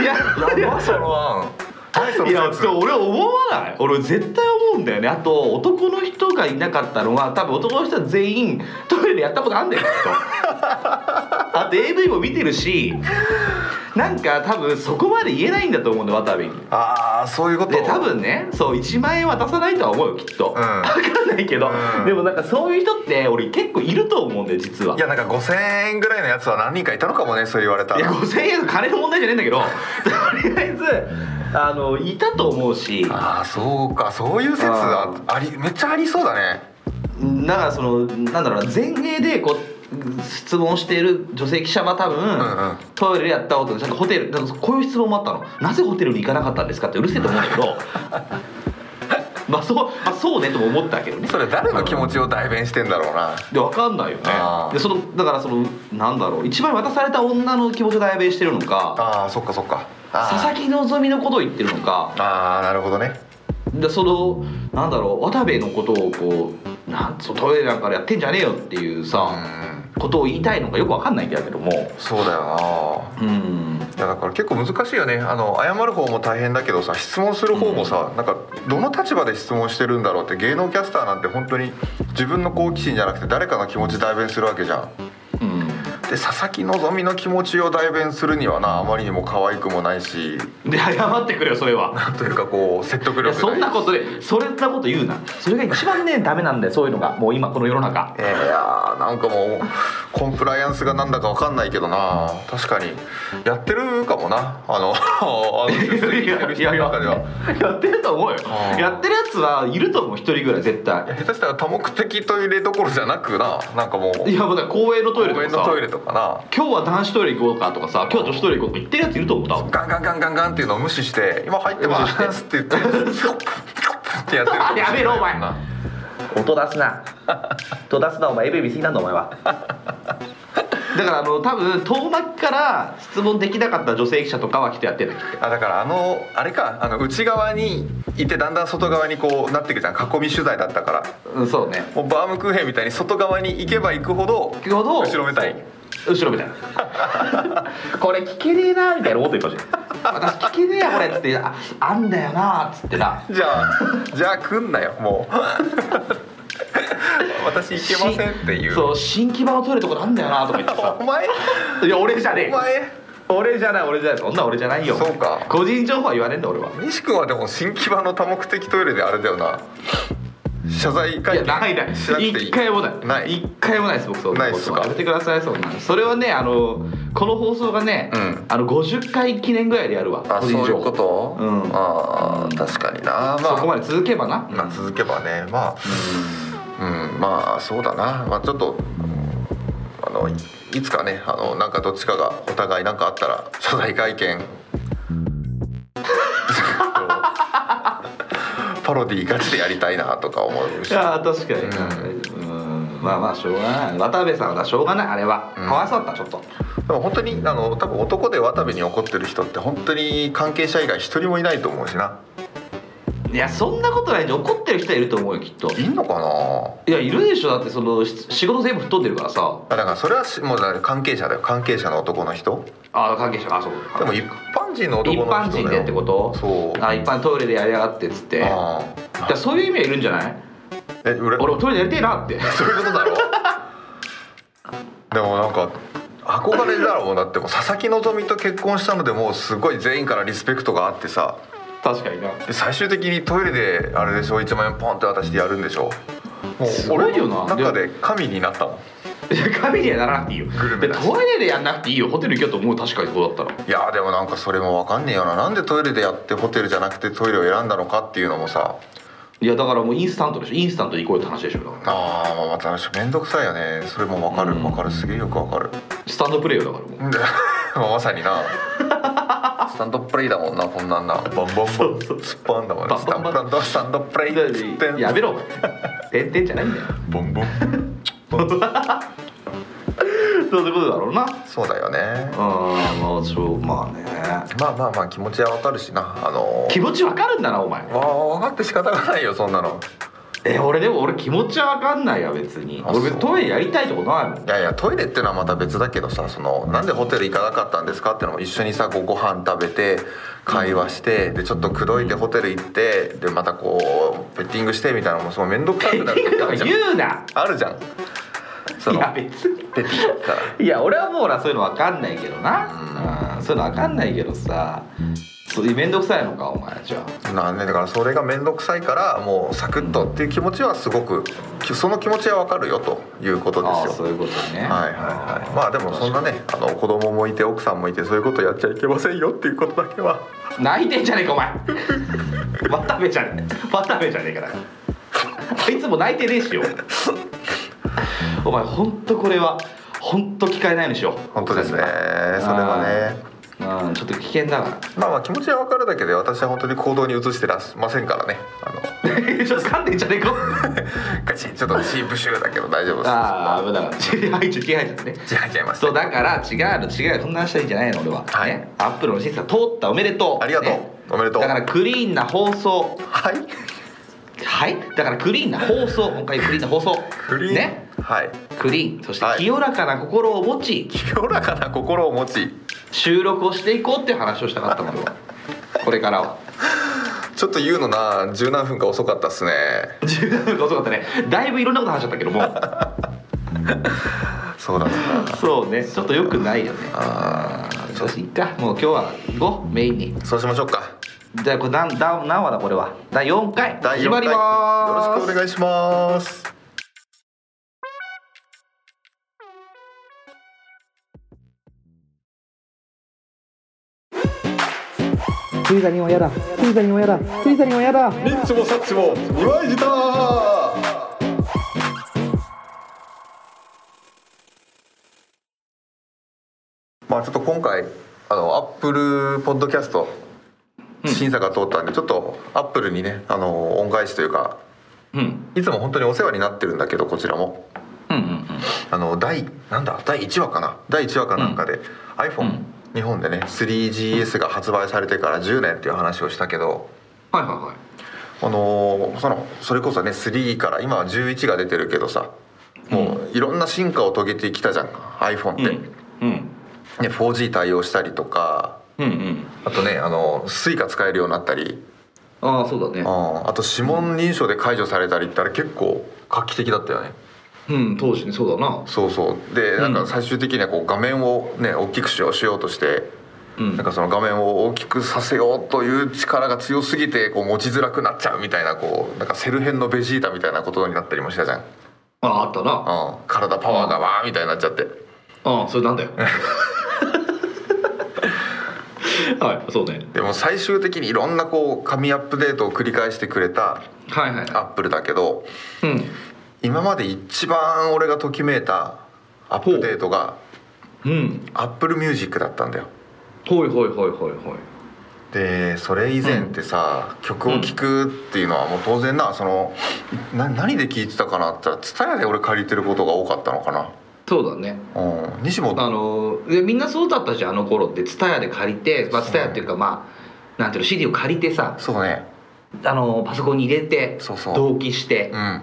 S2: いやいや
S1: その案何その
S2: いや
S1: 説
S2: そう俺思わない俺絶対思うんだよねあと男の人がいなかったのは多分男の人は全員トイレでやったことあるんだよきっあと AV も見てるしなんか多分そこまで言えないんだと思うんだよ渡部に
S1: ああそういうこと
S2: で多分ねそう1万円渡さないとは思うよきっと、
S1: ん
S2: わかんないけど、
S1: うん
S2: でもなんかそういう人って俺結構いると思うんだよ実はい
S1: やなんか5000円ぐらいのやつは何人かいたのかもねそう言われた
S2: いや
S1: ら
S2: 5000円の金の問題じゃねえんだけどとりあえずあのいたと思うし
S1: ああそうかそういう説あありめっちゃありそうだね
S2: だからそのなんだろうな前衛でこう質問している女性記者は多分、
S1: んうん
S2: トイレでやったことでなんかホテルなんかこういう質問もあったのなぜホテルに行かなかったんですかってうるせえと思うんだけ どまあそうまあそうねとも思ったけどね
S1: それ誰の気持ちを代弁してんだろうな
S2: で分かんないよね
S1: あー
S2: でそのだからそのなんだろう一番渡された女の気持ちを代弁してるのか
S1: ああそっかそっか
S2: 佐々
S1: あ
S2: 木希のことを言ってるのか
S1: ーあーなるほどね
S2: でそのなんだろう渡部のことをこうなんそうトイレなんかでやってんじゃねえよっていう
S1: う
S2: さ、
S1: ん
S2: ことを言いたいのかよく分かんないんだけども
S1: そうだよな
S2: うん
S1: いやだから結構難しいよねあの謝る方も大変だけどさ質問する方もさ、なんかどの立場で質問してるんだろうって芸能キャスターなんて本当に自分の好奇心じゃなくて誰かの気持ち代弁するわけじゃん
S2: うん
S1: で佐々木希の気持ちを代弁するにはなあまりにも可愛くもないし
S2: で謝ってくれよそれは
S1: なんというかこう説得
S2: い
S1: 力
S2: や
S1: ない
S2: そんなことでそんなこと言うなそれが一番ねダメなんだよそういうのがもう今この世の中
S1: えーいやーなんかもうコンプライアンスがなんだかわかんないけどな確かにやってるかもなあの あの
S2: いや
S1: 出席
S2: い
S1: して
S2: や
S1: る
S2: い
S1: 人
S2: や
S1: の中では。
S2: やってると思うよ
S1: あー
S2: やってるやつはいると思う一人ぐらい絶対
S1: 下手したら多目的トイレどころじゃなくななんかもう
S2: いやもうだから公園のトイレと
S1: 公
S2: か
S1: 園の
S2: さ
S1: トイレとかな
S2: 今日は男子トイレ行こうかとかさ今日は女子トイレ行こうとか言ってるやついると思う多分
S1: ガンガンガンガンガンっていうのを無視して「今入ってます」って言っ て「スコップスコップってやってるかもしれないもんな
S2: やめろお音出す な音出すなお前エビ見すぎなんだお前はだからあの多分遠巻きから質問できなかった女性記者とかはきっとやってんだきっ
S1: あだからあのあれかあの内側にいてだんだん外側にこうなっていくじゃん囲み取材だったから
S2: とうんそうね
S1: もうバームクーヘンみたいに外側に行けば行くほど
S2: 行くほど
S1: 後ろめたい
S2: 後ろみたいな これ聞けねえなみたいな思ってるかもしれない私聞けねえやこれっつってああんだよなっつってな
S1: じ ゃあじゃあ来んなよもう 私行けませんってい
S2: し
S1: う
S2: そう新木場のトイレとかなんだよなとか言ってさ
S1: お前
S2: いや俺じゃねえ
S1: お前
S2: 俺じゃない俺じゃないそんな俺じゃないよ
S1: そうか
S2: 個人情報は言わねえんだ俺は
S1: 西君はでも新木場の多目的トイレであれだよな謝罪
S2: い
S1: 会
S2: や
S1: 見
S2: ないない
S1: しなくていい
S2: 一回もない
S1: ない
S2: 一回もないです僕そう
S1: ないっすか
S2: やめてくださいそんなのそれはねあのこの放送がね、
S1: うん
S2: あの50回記念ぐらいでやるわ
S1: あそ
S2: 個
S1: う
S2: 人
S1: い
S2: 情
S1: う
S2: 報
S1: こと、
S2: うん
S1: あー確かになまあ
S2: そこまで続けばな、
S1: まあ続けばねまあうん、まあそうだなまあちょっとうんあのいいつかねあのなんかどっちかがお互いなんかあったら謝罪会見 パロディーガチでやりたいなとか思うし
S2: いやー確かにな、うんまあまあしょうがない渡部さんはしょうがないあれは、
S1: うん
S2: かわいそうだったちょっと
S1: でも本当にあの多分男で渡部に怒ってる人って本当に関係者以外一人もいないと思うしない
S2: やそんなことないんで怒ってる人はいると思うよきっと
S1: いんのかない
S2: やいるでしょだってそのし仕事全部吹っ飛んでるからさ
S1: あだからそれはしもうだから関係者だよ関係者の男の人
S2: ああ関係者あそう
S1: でも一般人の
S2: 一
S1: 男の
S2: 般
S1: 人だよ
S2: 人でってこと
S1: そう
S2: あ一般トイレでやりやがってっつってだか
S1: ああ
S2: らそういう意味はいるんじゃない
S1: え俺
S2: 俺もトイレやりてえな って
S1: そういうことだろでもなんか憧れだろうなってもう佐々木希と結婚したのでもうすごい全員からリスペクトがあってさ
S2: 確かにな
S1: で最終的にトイレであれでしょ1万円ポンって渡してやるんでしょも
S2: す
S1: う
S2: ご
S1: 俺
S2: いよ
S1: の
S2: な
S1: 中で神になったもん
S2: いや紙にはならなくていいよ
S1: グルメ
S2: で
S1: だし
S2: トイレでやんなくていいよホテル行けよと思う確かにそうだったら
S1: いやーでもなんかそれも分かんねえよななんでトイレでやってホテルじゃなくてトイレを選んだのかっていうのもさ
S2: いやだからもうインスタントでしょインスタントで行こうよって話でしょだから
S1: あーまあまた面倒くさいよねそれも分かる
S2: うん
S1: 分かるすげえよく分かる
S2: スタンドプレーよだからもう
S1: で まあまさになスタンドプレイだもんなこんなんなバンバンバン
S2: そうそう
S1: スパンだもんね
S2: バン
S1: ス
S2: バ
S1: タ
S2: ン
S1: ン
S2: バン
S1: プランドスタンドプレイっつってん
S2: やめろお前点々じゃな いんだよ
S1: ボンボン
S2: そういうことだろうな
S1: そうだよね
S2: うんまあそうまあね
S1: まあまあまあ気持ちは分かるしなあの
S2: 気持ちわかるんだなお前
S1: わあ分かって仕方がないよそんなの
S2: え俺でも俺気持ちはわかんないや別に
S1: あ
S2: 俺別
S1: そ
S2: に
S1: う
S2: トイレやりたいってことないもん
S1: いやいやトイレってのはまた別だけどさそのなんでホテル行かなかったんですかってのも一緒にさこうご飯食べて会話してでちょっと口説いてホテル行ってでまたこうペッティングしてみたいなのもそう面倒くさくなる
S2: と
S1: 時あ
S2: か
S1: るじゃん
S2: 言うな
S1: あるじゃんその
S2: や別に
S1: 出てきたら
S2: いや俺はもうほらそういうの分かんないけどな、うん、そういうの分かんないけどさそういう面倒くさいのかお前じゃ
S1: なんねだからそれが面倒くさいからもうサクッとっていう気持ちはすごくその気持ちはわかるよということ
S2: あああ
S1: です
S2: そう
S1: よ。
S2: いうことね
S1: はいはいはい、まあでもそんなねあの子供もいて奥さんもいてそういうことやっちゃいけませんよっていうことだけは
S2: 泣いてんじゃねえか お前渡部じゃねえ渡部じゃねえからあいつも泣いてねえしよお前ほんとこれはほんと機会ないのしよう
S1: 本当ですねそれはね
S2: うんちょっと危険だか
S1: まあまあ気持ちはわかるだけで私は本当に行動に移してらませんからねあの
S2: らちょっと噛んでんじゃねえか
S1: ガチンちょっとチープシューだけど大丈夫です
S2: ああ危ない血入っちゃう血入っちゃったね
S1: じゃあじゃいました
S2: そうだから違うの違うそんな話はいいんじゃないの俺は、
S1: はい
S2: ね、アップルの審査通ったおめでとう
S1: ありがとう
S2: ね
S1: おめでとう
S2: だからクリーンな放送
S1: はい
S2: はいだからクリーンな放送今回クリーンな放送
S1: クリーン、
S2: ね
S1: はい
S2: クリーンそして
S1: はい
S2: 清らかな心を持ち
S1: 清らかな心を持ち
S2: 収録をしていこうっていう話をしたかったの俺 はこれからは
S1: ちょっと言うのな十何分か遅かったっすね
S2: 十分遅かったねだいぶいろんなこと話しちゃったけども
S1: そうだな
S2: そうねちょっとよくないよね
S1: あー
S2: よしいっかもう今日は行こうメインに
S1: そうしましょうか
S2: じゃあこれ何何何話だこれは第4回
S1: 第
S2: 始
S1: 4
S2: ま
S1: 回
S2: ります
S1: よろしくお願いします
S3: スイザにもやだスイザにもやだスイザにもやだ
S1: リッチもサッチも二枚舌まあちょっと今回あのアップルポッドキャスト審査が通ったんで、ちょっとアップルにねあの恩返しというか
S2: うん
S1: いつも本当にお世話になってるんだけどこちらも
S2: うんうんうん
S1: あの第なんだ第1話かな第1話かなんかで、iPhone、
S2: うん
S1: 日本でね 3GS が発売されてから10年っていう話をしたけど、
S2: はいはいはい
S1: あのーそのそれこそね3から今は11が出てるけどさもういろんな進化を遂げてきたじゃん iPhone って、ね、
S2: うん、
S1: 4G 対応したりとか
S2: うんうん
S1: あとねあの Suica 使えるようになったり
S2: ああそうだね
S1: あーあと指紋認証で解除されたりったら結構画期的だったよね
S2: うん当時ねそうだな
S1: そうそうでなんか最終的にはこう画面をね大きくしようしようとして
S2: うん
S1: なんかその画面を大きくさせようという力が強すぎてこう持ちづらくなっちゃうみたいなこうなんかセル編のベジータみたいなことになったりもしたじゃん
S2: あああったなあ
S1: うん、体パワーがわーみたいになっちゃって、
S2: あそれ なんだよはいそうね
S1: でも最終的にいろんなこう紙アップデートを繰り返してくれた
S2: はいはい
S1: アップルだけど
S2: うん
S1: 今まで一番俺がときめいたアップデートが
S2: うん
S1: アップルミュージックだったんだよ
S2: ほいほいほいほいほい
S1: でそれ以前ってさ、曲を聴くっていうのはもう当然なそのな何で聴いてたかなって言ったら TSUTAYA で俺借りてることが多かったのかな
S2: そうだね
S1: うん西本
S2: あのーでみんなそうだったじゃんあの頃って蔦屋で借りてまあ蔦屋っていうかまあなんていうの CD を借りてさ
S1: そうね
S2: あのーパソコンに入れて
S1: そうそう
S2: 同期して
S1: うん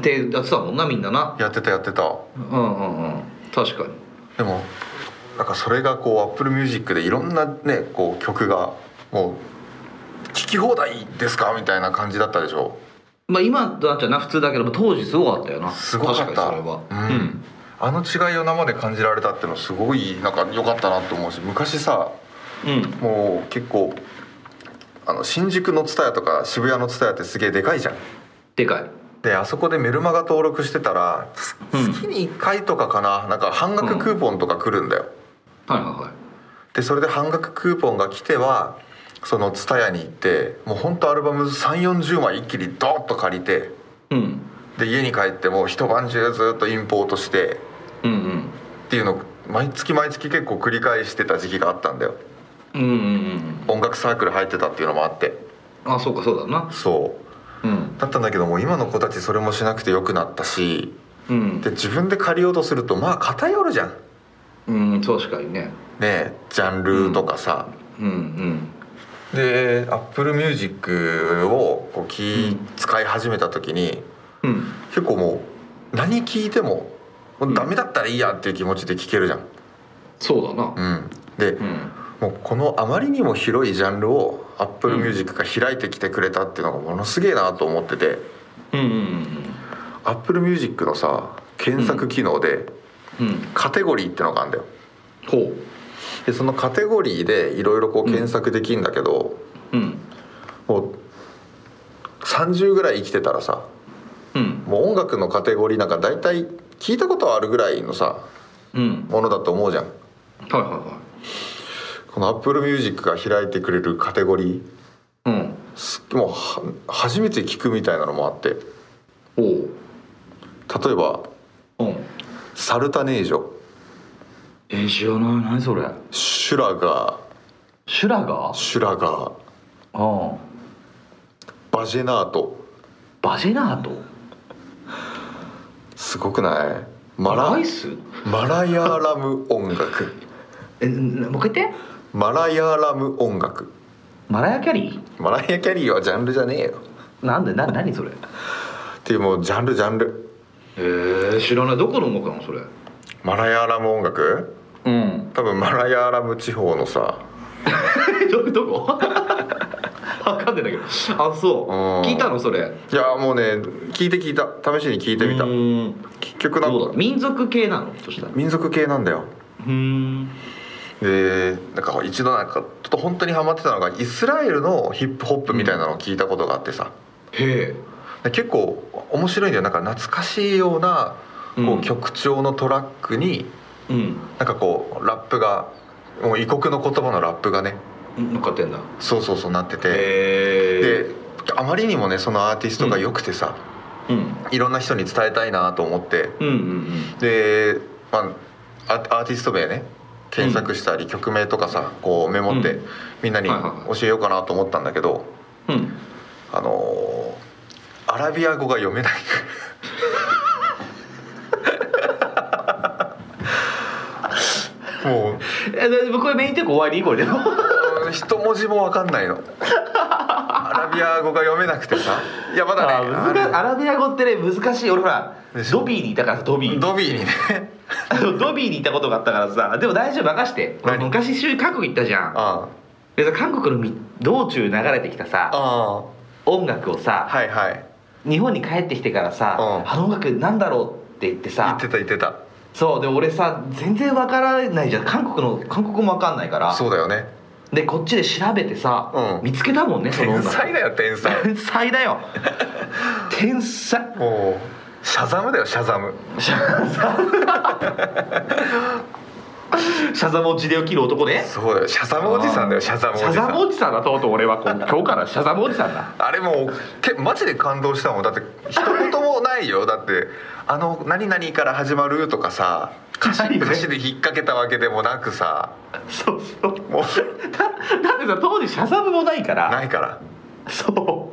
S2: ってやってたもんなみんなな
S1: やってたやってた
S2: うんうんうん確かに
S1: でもなんかそれがこう Apple Music でいろんなねこう曲がもう聴き放題ですかみたいな感じだったでしょ
S2: まあ今となっちゃな普通だけども当時すごかったよな
S1: すごかった
S2: 確かにそれは
S1: うんあの違いを生で感じられたってのすごいなんか良かったなと思うし昔さ
S2: うん、うん
S1: もう結構あの新宿の TSUTAYA とか渋谷の TSUTAYA ってすげえでかいじゃん
S2: でかい
S1: であそこでメルマガ登録してたら
S2: うん
S1: 月に1回とかかななんか半額クーポンとか来るんだよ、
S2: はいはいはい
S1: でそれで半額クーポンが来てはその TSUTAYA に行ってもうほんとアルバム3 4 0枚一気にドーッと借りて
S2: うん
S1: で家に帰ってもう一晩中ずっとインポートして
S2: うんうん
S1: っていうのを毎月毎月結構繰り返してた時期があったんだよ
S2: うんうんうん
S1: 音楽サークル入ってたっていうのもあって
S2: あそうかそうだな
S1: そう
S2: うん
S1: だったんだけども今の子たちそれもしなくてよくなったし
S2: うん
S1: で自分で借りようとするとまあ偏るじゃんね
S2: うん確かにね
S1: えジャンルとかさ、
S2: うんうん
S1: で AppleMusic をこう聞い
S2: うん
S1: 使い始めた時に
S2: うん
S1: 結構もう何聞いてももうダメだったらいいやっていう気持ちで聞けるじゃん。
S2: そうだな
S1: うん、で、
S2: うん
S1: もうこのあまりにも広いジャンルを AppleMusic が開いてきてくれたっていうのがものすげえなと思ってて
S2: うんうん
S1: AppleMusic のさ検索機能で
S2: うん
S1: カテゴリーってのがあるんだよ
S2: ほ
S1: でそのカテゴリーでいろいろこう検索できんだけど、
S2: ううん
S1: もう30ぐらい生きてたらさ
S2: うん
S1: もう音楽のカテゴリーなんか大体聞いたことはあるぐらいのさ
S2: うん
S1: ものだと思うじゃん
S2: はいは
S1: この AppleMusic が開いてくれるカテゴリ
S2: いはいうん
S1: ーすもうは初めて聞くみたいなのもあって
S2: おう
S1: 例えば
S2: うん
S1: 「サルタネージョ」
S2: えー、知らない何それ
S1: 「シュラガー」
S2: シュラ
S1: 「
S2: ガー
S1: シュラガー」
S2: うん
S1: 「バジェナート
S2: バジェナート」
S1: すごくないマラ
S2: ライス
S1: マラヤーラム音楽
S2: えんもう一回言って
S1: マラヤーラム音楽
S2: マラヤキャリ
S1: マラヤキャリーはジャンルじゃねえよ
S2: ーなんでな何それ
S1: っていうもうジャンルジャンル
S2: えー、知らないどこの音楽なのそれ
S1: マラヤーラム音楽
S2: うん
S1: 多分マラヤーラム地方のさ
S2: どどこ 分かんないんだけどあそう
S1: うん
S2: 聞いたのそれ
S1: いやもうね聞いて聞いた試しに聞いてみた
S2: うーん
S1: 結局な
S2: どうんだ
S1: か
S2: 民族系なのそしたら
S1: 民族系なんだよ
S2: うん
S1: でなんか一度なんかちょっと本当にハマってたのがイスラエルのヒップホップみたいなのを聞いたことがあってさ、
S2: へえ
S1: で結構面白いんだよなんか懐かしいようなこ
S2: うん
S1: う曲調のトラックに
S2: うん
S1: なんかこうラップがもう異国の言葉のラップがね
S2: 乗っかってんだ
S1: そうそうそうなっててで
S2: へえ
S1: あまりにもねそのアーティストが良くてさ、
S2: うん
S1: いろんな人に伝えたいなと思って
S2: うんうん
S1: で、まあ、アアーティスト名ね検索したり曲名とかさこうメモっ
S2: う
S1: て
S2: ん
S1: みんなに
S2: はいはいは
S1: 教えようかなと思ったんだけど、
S2: うんうん
S1: あのーアラビア語が 読めないも
S2: えでこれメインテーク終わりこれでも
S1: う一文字もわかんないのアラビア語が読めなくてさいやまだね
S2: あ難アラビア語ってね難しい俺ほら
S1: でしょ
S2: ドビーにいたからさドビー
S1: ドビー にね
S2: あのドビーにいたことがあったからさでも大丈夫任して俺
S1: 何
S2: 昔一緒に韓国行ったじゃん
S1: あ
S2: でさ韓国のみ道中流れてきた
S1: あ
S2: さ
S1: あ
S2: 音楽を
S1: あ
S2: さ
S1: はいはい
S2: 日本に帰ってきてからさ
S1: うん
S2: あの音楽なんだろうって言って
S1: 言っ
S2: さ
S1: てた言ってた
S2: そうで俺さ全然わからないじゃん韓国の韓国語もわかんないから
S1: そうだよね
S2: でこっちで調べてさ、
S1: うん
S2: 見つけたもんねその
S1: 天
S2: 音楽
S1: 才だよ天才
S2: 天才だよ 天才
S1: もうシャザムだよシャザム
S2: シャザムシャザムを地でを切る男ね
S1: そうだよシャザムおじさんだよシャザムおじ
S2: シャザ
S1: さ
S2: ム
S1: ん
S2: おじさんだとうとう俺は こう今日からシャザムおじさんだ
S1: あれもうけマジで感動したもんだって一言もないよだってあの「何々から始まる」とかさ歌詞
S2: ないよね
S1: 歌詞で引っ掛けたわけでもなくさ
S2: そうそう
S1: もう
S2: だだってさ当時シャザムもないから
S1: ないから
S2: そ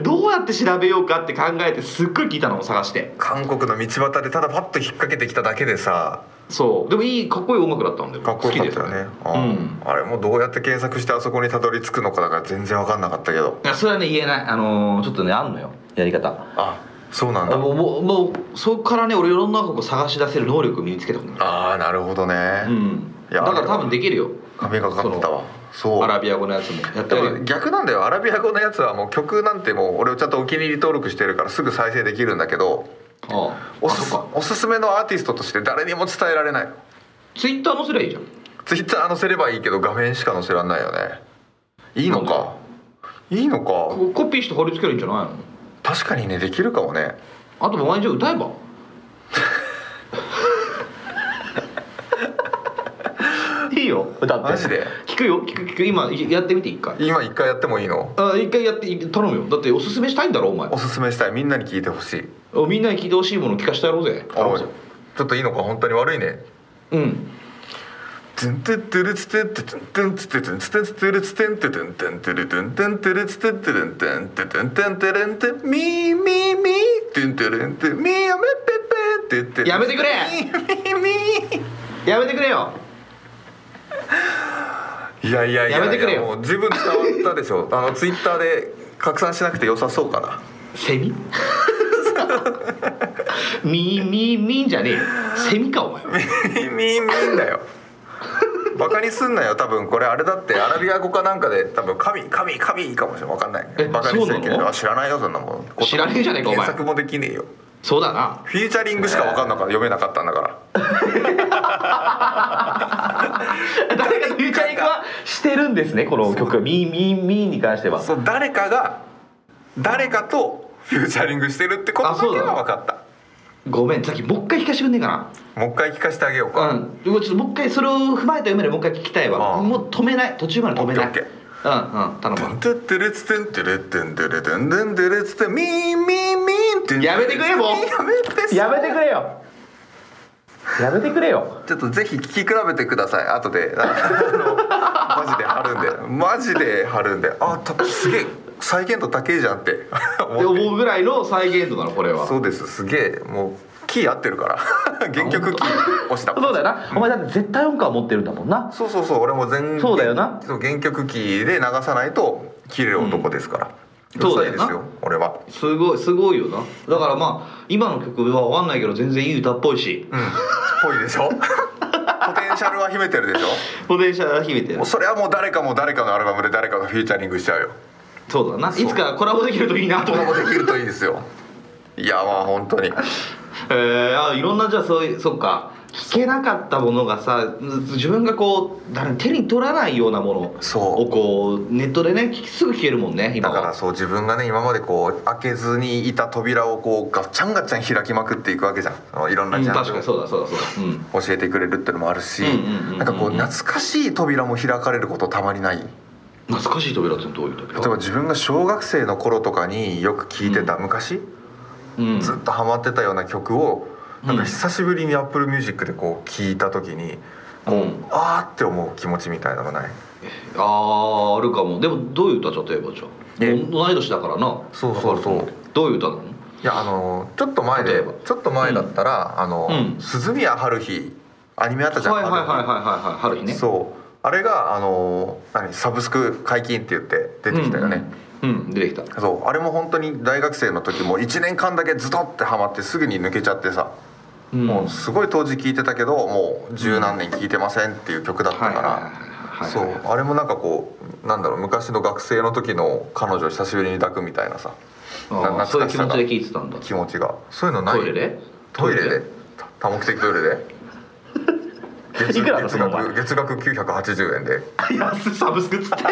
S2: うどうやって調べようかって考えてすっごい聞いたのを探して
S1: 韓国の道端でただパッと引っ掛けてきただけでさ
S2: そうでもいいかっこいい音楽だったんだよ
S1: かっこよかったよね
S2: 好きでうん
S1: あーあれもうどうやって検索してあそこにたどり着くのかだから全然分かんなかったけど
S2: いやそれはね言えないあのーちょっとねあんのよやり方
S1: あそうなんだ
S2: もうもうもうそこからね俺いろんな音楽を探し出せる能力を身につけたことない
S1: ああなるほどね、
S2: うん
S1: いや
S2: だから多分できるよ
S1: 神がかかってたわそう
S2: アラビア語のやつもやっ
S1: で
S2: たら
S1: も逆なんだよアラビア語のやつはもう曲なんてもう俺をちゃんとお気に入り登録してるからすぐ再生できるんだけど
S2: あ
S1: お
S2: あ
S1: すす
S2: そっか
S1: おすすめのアーティストとして誰にも伝えられない
S2: ツイッター載せりゃいいじゃん
S1: ツイッター載せればいいけど画面しか載せられないよねいいのかいいのか
S2: こコピーして貼り付けるんじゃないの
S1: 確かにねできるかもね
S2: あと毎日歌えば いいよ歌って
S1: マジで
S2: 聞くよ聞く聞く今やってみて一回
S1: 今一回やってもいいの
S2: あ一回やって頼むよだっておすすめしたいんだろお前
S1: おすすめしたいみんなに聞いてほしい
S2: おみんなに聞いてほしいものを聞かせてやろうぜ頼
S1: お
S2: む
S1: い
S2: ぞ
S1: ちょっといいのか本当に悪いね
S2: うん
S1: トゥントゥットゥルツトゥットゥトゥントゥンツトゥトゥンツトゥンツトゥルツトゥントゥトゥントゥントゥルトゥントゥントゥルツトゥトゥルントゥントゥトゥントゥントゥルントゥンミーミーミートゥントゥルントゥンミーやめペペントゥントゥルン
S2: やめてくれ
S1: ミーミーミ
S2: やめてくれよ
S1: ーいやいやいや
S2: やめてくれよ
S1: いもう十分伝わったでしょあのツイッターで拡散しなくて良さそうかな
S2: セ ミミーミーミーじゃねえよセミかお前は
S1: ミーミーミーだよバカにすんなよ多分これあれだってアラビア語かなんかで多分神神神かもしれないわかんない
S2: え
S1: バカにしちゃいけ
S2: そ
S1: な
S2: うな
S1: い
S2: の
S1: あ知らないよそんなもん
S2: 知らねえじゃねえかお前
S1: 検索もできねえよ
S2: そうだな
S1: フィーチャリングしか分かんなかった読めなかったんだから
S2: 誰かのフューチャリングはしてるんですねこの曲ミーミーミーに関しては
S1: そう誰かが誰かとフューチャリングしてるってことだけは分かった
S2: ごめんさっきもう一回聞かせてくんねえか
S1: もう一回聞かせてあげよう
S2: な
S1: か、
S2: うんちょっともう一回それを踏まえた上までもう一回聞きたいわ
S1: うん
S2: もう止めない途中まで止めない
S1: オッケーオッケ
S2: うんうん頼む
S1: て
S2: わ
S1: んてってれつてんてれってんてれてんてんてれつてんみーみーみーってん
S2: やめてくれもう
S1: やめて
S3: やめてくれよやめてくれよ
S1: ちょっとぜひ聞き比べてください後であの マジで貼るんでマジで貼るんであたすげえ再現度高えじゃんって
S2: で
S1: 思って
S2: 思うぐらいの再現度なのこれは
S1: そうですすげえもうキー合ってるから 原曲キー押した
S2: そうだよな、お前だって絶対音感持ってるんだもんな
S1: そうそうそう俺も全
S2: そうだよな
S1: そう原曲キーで流さないと切れる男ですから、
S2: う
S1: うんる
S2: そう
S1: さ
S2: だ
S1: い
S2: よ
S1: で
S2: な
S1: すよ俺は
S2: すごいすごいよなだからまあ今の曲はわかんないけど全然いい歌っぽいし
S1: うんっぽいでしょ ポテンシャルは秘めてるでしょ
S2: ポテンシャルは秘めてる
S1: もうそれはもう誰かも誰かのアルバムで誰かがフィーチャリングしちゃうよ
S2: そうだな
S1: そう
S2: いつかコラボできるといいなと
S1: こ
S2: 思
S1: れも
S2: って
S1: できるといいですよいやまあ本当に
S2: えー、あいろんなじゃあそういうそっか聞けなかったものがさ自分がこう誰手に取らないようなもの
S1: そう
S2: をこうネットでね聞きすぐ聞けるもんね今
S1: だ
S2: は
S1: からそう自分がね今までこう開けずにいた扉をこうガッチャンガッチャン開きまくっていくわけじゃんあのいろんな
S2: うん
S1: ジャンルを
S2: 確かにそうだそうだそうだうん
S1: 教えてくれるってのもあるし
S2: うんうんうんうんうん
S1: なんかこう懐かしい扉も開かれることたまにない
S2: 懐かしい扉ってどういう扉
S1: 例えば自分が小学生の頃とかによく聴いてた昔、
S2: うん
S1: ずっとハマってたような曲を
S2: うん
S1: なんか久しぶりに Apple Music でこう聴いた時に
S2: うん、
S1: あーって思う気持ちみたいなのがない
S2: あーあるかもでもどういう歌じゃ例えばじゃあ
S1: え
S2: 同い年だからな
S1: そうそうそう
S2: わかるどういう歌なの
S1: いやあのちょっと前
S2: 例え
S1: で
S2: ば
S1: ちょっと前だったら、あの、
S2: うん
S1: 鈴宮春日アニメあったじゃん、
S2: はいはいはいはい
S1: 春日
S2: はいはい春日ね
S1: そうあれがあの何サブスク解禁って言って出てきたよね、
S2: うん、うん出てきた
S1: そうあれも本当に大学生の時も1年間だけズドってハマってすぐに抜けちゃってさ、
S2: うん
S1: もうすごい当時聴いてたけどもう十何年聴いてませんっていう曲だった
S2: はいはい
S1: か
S2: はいは
S1: ら
S2: い
S1: そうあれもなんかこうなんだろう昔の学生の時の彼女を久しぶりに抱くみたいなさ
S2: あー
S1: な
S2: そうい
S1: 懐
S2: う
S1: かしさが
S2: 気持ちで聞いてたんだ
S1: 気持ちがそういうのない
S2: トイレで
S1: トイレでた多目的トイレで月
S2: いくらだ
S1: 月
S2: その前
S1: 額月額980円で
S2: トイレ安いサブスクっつって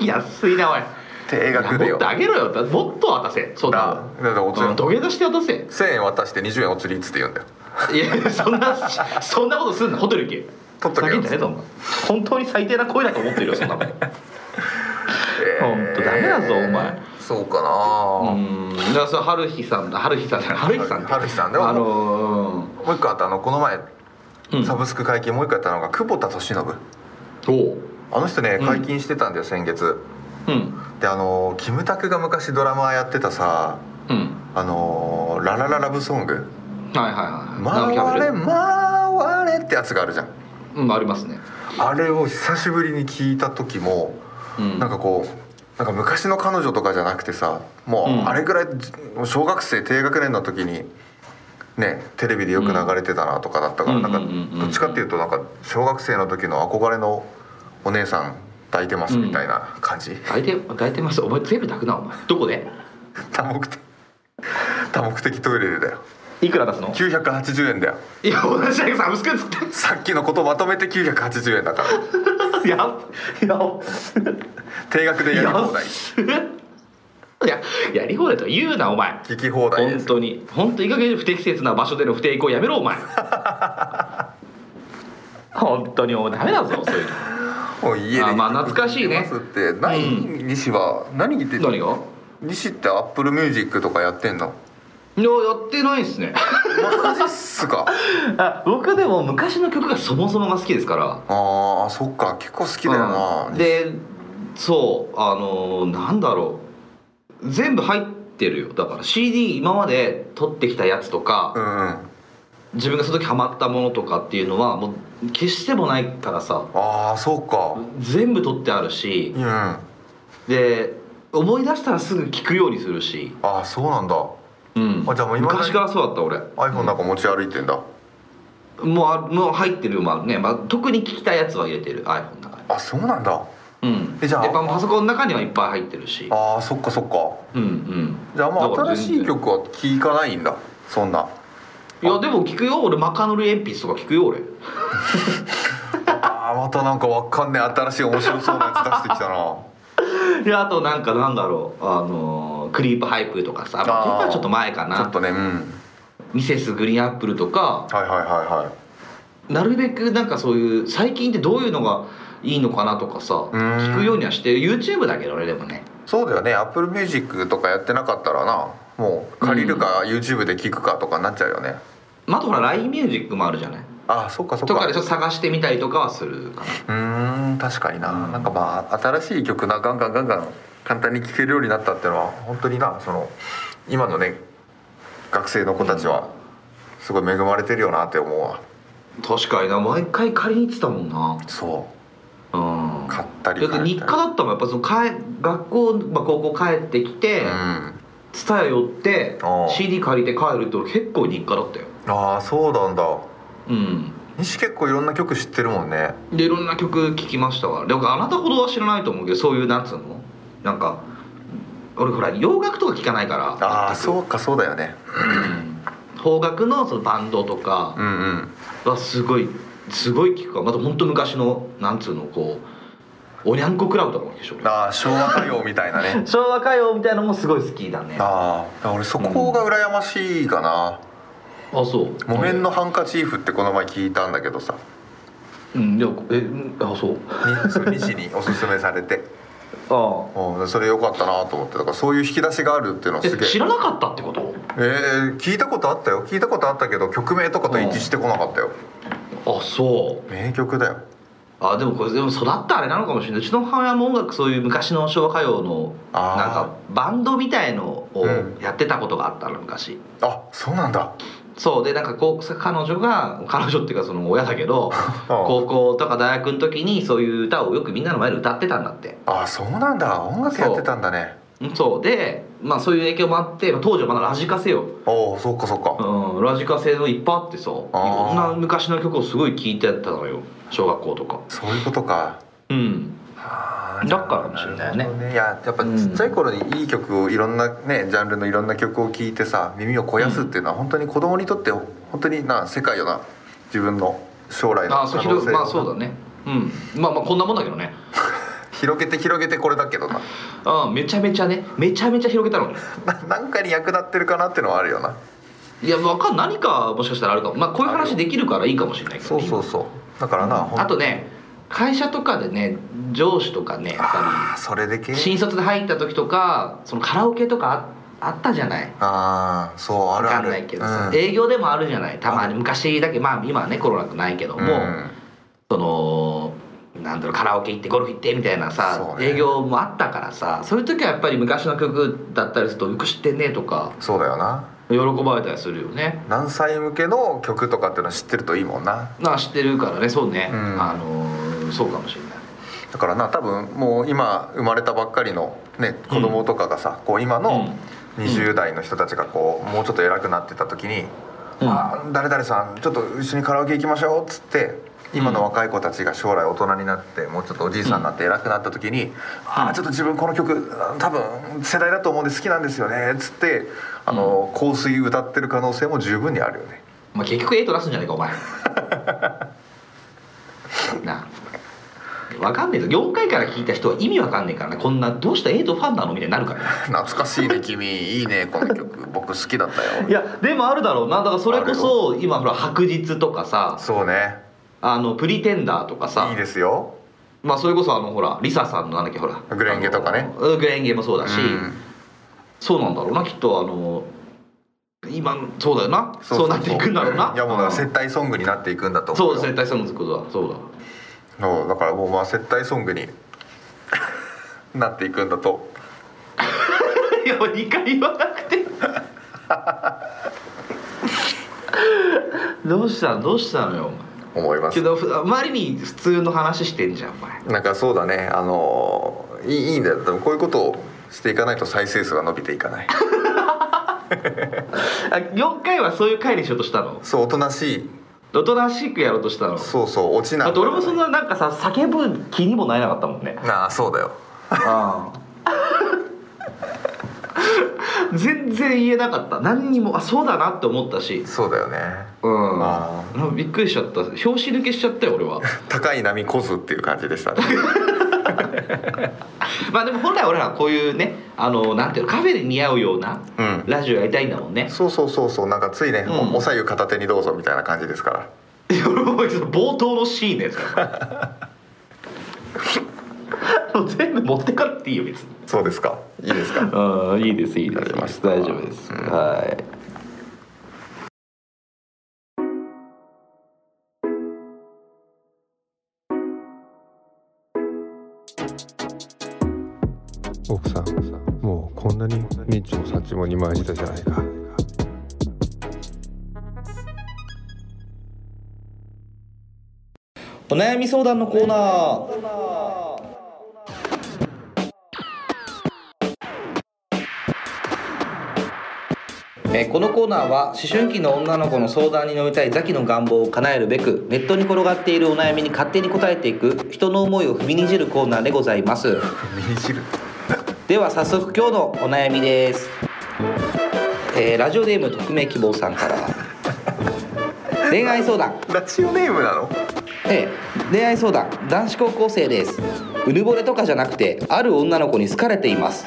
S2: 安いなおい
S1: 定額で
S2: も
S1: よ
S2: っとあげろよだもっと渡せそうだ
S1: だだってお釣り
S2: うん土下座して渡せ
S1: 1000円渡して20円お釣りっつって言うんだよ
S2: いやいやそんなそんなことすんなホテル行け
S1: 取っとけよ
S2: 叫んじゃねえぞお前本当に最低な声だと思ってるよそ んなもんうほんとダメだぞお前
S1: そうかな、
S2: んだからそれ春日さんだ春日さんだ春日さんだ
S1: 春日さんでも
S2: あの
S1: もう一個あったあのこの前
S2: ーうん
S1: サブスク解禁もう一個やったのが久保田利伸
S2: おう
S1: あの人ね
S2: うん
S1: 解禁してたんだよ先月
S2: うん
S1: であのキムタクが昔ドラマーやってたさ
S2: うん
S1: あのララララブソング
S2: はいはいは
S1: 「回
S2: い生キャベ
S1: れ
S2: ル
S1: 回れ」ってやつがあるじゃん
S2: うんありますね
S1: あれを久しぶりに聞いた時も
S2: うん
S1: なんかこうなんか昔の彼女とかじゃなくてさも
S2: うん
S1: うあれぐらいもう小学生低学年の時にねテレビでよく流れてたなとかだったから
S2: うん
S1: なんか
S2: うんうんうんうん
S1: どっちかっていうとなんか小学生の時の憧れのお姉さん抱いてますみたいな感じ、
S2: 大体大体ますお前全部炊くなお前どこで
S1: 多目的多目的トイレでだよ
S2: いくら出すの
S1: 980円だよ
S2: いや同じだけどサブスクっつって
S1: さっきのことまとめて980円だから
S2: いやいや
S1: 定額でやり放題
S2: 安っいややり放題とか言うなお前
S1: 聞き放題で
S2: 本
S1: す
S2: 当に本当いい加減不適切な場所での不抵抗やめろお前本当にお前ダメだぞそういうの
S1: もう家で
S2: あまあ懐かしいね
S1: 聞てますってない、
S2: う
S1: 西は何言って
S2: 何が
S1: 西ってアップルミュージックとかやってんの
S2: いややってないっすね
S1: マジっすか
S2: あ僕でも昔の曲がそもそもが好きですから
S1: あーそっか結構好きだよな、
S2: うんでそうあのーなんだろう全部入ってるよだから CD 今まで撮ってきたやつとか、
S1: うんうんあ
S2: 自分がその時ハマったものとかっていうのはもう決してもないからさ
S1: あーそうか
S2: 全部撮ってあるし
S1: うんあ
S2: で思い出したらすぐ聞くようにするし、
S1: あそうなんだ
S2: うん、
S1: あじゃあもう今
S2: 昔からそうだった俺
S1: iPhone なんか持ち歩いてんだ、
S2: もうあもう入ってるまあね、まあ、特に聞きたいやつは入れてる iPhone の中に
S1: あそうなんだ
S2: うん
S1: えじゃあ
S2: やっぱパソコンの中にはいっぱい入ってるし
S1: ああそっかそっか
S2: うんうん
S1: じゃあま
S2: だか
S1: あ新
S2: ら全
S1: し
S2: 然
S1: い曲は聴かないんだそんない
S2: やでも聞くよ俺マカノリ鉛筆とか聞くよ俺
S1: あーまたなんかわかんねえ新しい面白そうなやつ出してきたな
S2: であとなんかなんだろうあのークリープハイプとかさ
S1: あー
S2: まあこれはちょっと前か
S1: ちょっ
S2: な
S1: とねうん
S2: ミセスグリーンアップルとか
S1: はいはいはいはい
S2: なるべくなんかそういう最近ってどういうのがいいのかなとかさ
S1: うーん
S2: 聞くようにはしてる YouTube だけどねでもね
S1: そうだよね Apple Music とかやってなかったらなもう借りるか YouTube で聴くかとかになっちゃうよね、
S2: まああとほら LINE ミュージックもあるじゃない
S1: ああそっかそっ
S2: と
S1: か
S2: かでちょっと探してみたりとかはするかな
S1: うーん確かにな、
S2: うん
S1: なんかまあ新しい曲なガンガンガンガン簡単に聴けるようになったっていうのは本当になその今のね学生の子たちはすごい恵まれてるよなって思うわ
S2: 確かにな毎回借りに行ってたもんな
S1: そ
S2: うん
S1: う買ったり
S2: だって
S1: 借り
S2: 日
S1: た
S2: 課
S1: り
S2: だったもんやっぱその帰学校、まあ、高校帰ってきて
S1: うん
S2: 蔦屋、寄って
S1: ああ
S2: CD 借りて帰るって俺結構日課だったよ
S1: ああそうなんだ
S2: うん
S1: 西結構いろんな曲知ってるもんね
S2: でいろんな曲聴きましたわでもあなたほどは知らないと思うけどそういうなんつうのなんか俺ほら洋楽とか聴かないから
S1: ああそうかそうだよね
S2: うん邦楽のそのバンドとか
S1: うんうん
S2: はすごいすごい聴くからまた本当昔のなんつうのこうおにゃんこクラブとかもでしょ
S1: ああ昭和歌謡みたいなね
S2: 昭和歌謡みたいなのもすごい好きだねあ
S1: ああ俺そこが羨ましいかな
S2: そう
S1: 「木綿のハンカチーフ」ってこの前聞いたんだけどさ
S2: うんいやえうんあそう
S1: にそう西におすすめされて
S2: あ
S1: うんそれ良かったなと思ってだからそういう引き出しがあるっていうのはす
S2: え
S1: げえ
S2: 知らなかったってこと
S1: えー聞いたことあったよ聞いたことあったけど曲名とかと一致してこなかったよ
S2: あそう
S1: 名曲だよ
S2: あでもこれでも育ったあれなのかもしれないうちの母親も音楽そういう昔の昭和歌謡の
S1: あー
S2: なんかバンドみたいのを
S1: うん
S2: やってたことがあったの昔
S1: あそうなんだ
S2: そうでなんかこうさ彼女が彼女っていうかその親だ けど
S1: あ
S2: 高校とか大学の時にそういう歌をよくみんなの前で歌ってたんだって
S1: あそうなんだ音楽やってたんだね
S2: うんそうで、まあ、そういう影響もあってまあ当時はまだラジカセよ、
S1: おおそっかそっか
S2: うん、ラジカセのいっぱいあってさいろんな
S1: あー
S2: 昔の曲をすごい聴いてたのよ小学校とか
S1: そういうことか
S2: うん
S1: あ
S2: ー
S1: あ
S2: だからかもしれないよね
S1: いややっぱちっちゃい頃にいい曲をいろんなねジャンルのいろんな曲を聴いてさ耳を肥やすっていうのは本当に子供にとって本当にな世界よな自分の将来の
S2: あ
S1: 可能性
S2: ーそう広まあそうだねうんまあまあこんなもんだけどね
S1: 広げて広げてこれだけどな
S2: あーめちゃめちゃねめちゃめちゃ広げたのね
S1: ななんかに役立ってるかなっていうのはあるよない
S2: やわかん何かもしかしたらあるかもまあこういう話できるからいいかもしれないけど、ね、
S1: そうだからな、ほん
S2: あとね会社とかでね上司とかねやっぱ
S1: あーそれでけ
S2: り新卒で入った時とかそのカラオケとかああったじゃない
S1: ああそうあ
S2: わ
S1: るあ
S2: か
S1: る
S2: んないけど
S1: う
S2: さ、
S1: ん
S2: 営業でもあるじゃないたま
S1: あ
S2: に
S1: る
S2: 昔だけまあ今はねコロナくないけども、
S1: うん
S2: そのなんだろうカラオケ行ってゴルフ行ってみたいなさ、
S1: そうね
S2: 営業もあったからさそういう時はやっぱり昔の曲だったりすると「よく知ってんね」とか
S1: そうだよな
S2: 喜ばれたりするよね
S1: 何歳向けの曲とかっていうの知ってるといいもんな
S2: なあ知ってるからねそうね、
S1: うん
S2: あのーそうかもしれない
S1: だからな多分もう今生まれたばっかりの、ね、子供とかがさ、こう今の
S2: うん
S1: 20代の人たちがこうもうちょっと偉くなってた時に「
S2: うん
S1: あー誰々さんちょっと一緒にカラオケ行きましょう」っつって今の若い子たちが将来大人になってもうちょっとおじいさんになって偉くなった時に「あーちょっと自分この曲多分世代だと思うんで好きなんですよね」っつってあの、香水歌ってる可能性も十分にあるよね。
S2: まあ、結局エイト出すんじゃねえかお 前なあわかんねえぞ4回から聞いた人は意味わかんねえからねこんなどうしたエイトファンなのみたいになるからね
S1: 懐かしいね君いいねこの曲僕好きだったよ。
S2: いやでもあるだろうなだからそれこそ今ほら白日とかさ
S1: そうね
S2: あのプリテンダーとかさ
S1: いいですよ。
S2: まあそれこそあのほらリサさんのなんだっけほら
S1: グレンゲとかね
S2: あのうんグレンゲもそうだし、
S1: うん
S2: そうなんだろうなきっとあの今そうだよなそうなっていくんだろうない
S1: やもうだから
S2: うん
S1: 接待ソングになっていくんだと思
S2: そうう
S1: よ
S2: 絶対そうなんですことだそうだ
S1: そうだからもうまあ接待ソングに なっていくんだと
S2: いや2回言わなくて どうしたのどうしたのよお前
S1: 思いま
S2: け
S1: す
S2: どふあまりに普通の話してんじゃんお前
S1: なんかそうだねあのーいいいいんだよでもこういうことをしていかないと再生数が伸びていか ない
S2: あ4回はそういう回にしようとしたの
S1: そうおとなしい
S2: おとなしくやろうとしたの
S1: そうそう落ちな
S2: だ
S1: い
S2: って俺もそんななんかさ叫ぶ気にもなれなかったもんね
S1: なあそうだよ
S2: あ 全然言えなかった何にもあそうだなって思ったし
S1: そうだよね
S2: うん
S1: あ
S2: なんかびっくりしちゃった拍子抜けしちゃったよ俺は
S1: 高い波こずっていう感じでした ね
S2: まあでも本来俺らはこういうねあのなんていうのカフェで似合うような
S1: うん
S2: ラジオやりたいんだもんね
S1: そうそうそうそうなんかついね、
S2: うん
S1: おお左右片手にどうぞみたいな感じですから
S2: いや俺も冒頭のシーンのやつだ からもう全部持ってかなくていいよ別に
S1: そうですかいいですか
S2: うんいいですいい
S1: で
S2: ですす
S1: 大
S2: 大
S1: 丈
S2: 丈
S1: 夫
S2: 夫
S1: で
S2: ですす、い
S4: 奥さんもうこんなにみちもさちもに回したじゃないか
S2: お悩み相談のコーナーえーこのコーナーは思春期の女の子の相談に乗りたいザキの願望を叶えるべくネットに転がっているお悩みに勝手に答えていく人の思いを踏みにじるコーナーでございます
S1: 身にじる
S2: では早速今日のお悩みです、えーラジオネーム匿名希望さんから恋愛相談
S1: ラジオネームなの
S2: ええ恋愛相談男子高校生ですうぬぼれとかじゃなくてある女の子に好かれています、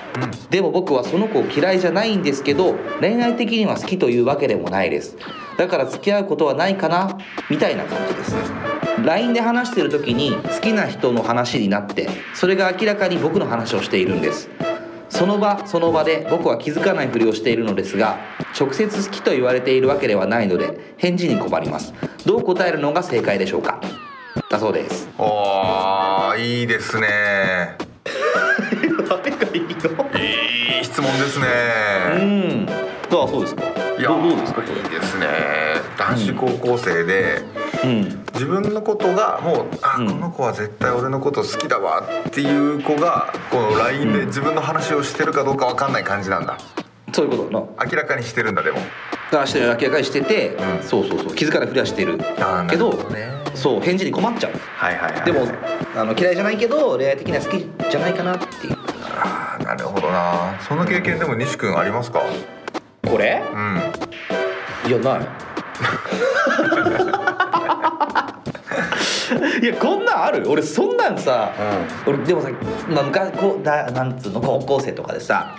S2: でも僕はその子を嫌いじゃないんですけど恋愛的には好きというわけでもないですだから付き合うことはないかなみたいな感じです LINE で話してる時に好きな人の話になってそれが明らかに僕の話をしているんですその場その場で僕は気づかないふりをしているのですが直接好きと言われているわけではないので返事に困りますどう答えるのが正解でしょうかだそうです
S1: おーいいですね
S2: 誰がいいの
S1: いい質問ですね
S2: うんあそうですか
S1: いや
S2: どうどうですか
S1: いいですね男子高校生で、
S2: うん
S1: 自分のことがもうあ、
S2: うん
S1: この子は絶対俺のこと好きだわっていう子がこの LINE で自分の話をしてるかどうかわかんない感じなんだ
S2: そういうことだな
S1: 明らかにしてるんだでも
S2: だしてる明らかにしてて、
S1: うん
S2: そうそうそう気づかないふりはしてる
S1: あー
S2: けど
S1: なるほどね
S2: そう返事に困っちゃう
S1: はいはいはい
S2: でもあの嫌いじゃないけど恋愛的には好きじゃないかなっていう
S1: あーなるほどなその経験でも西君ありますか
S2: これ
S1: うん
S2: いやない いやこんなんある俺そんなんさ、俺でもさ、まあ、昔こうだなんつうの高校生とかでさ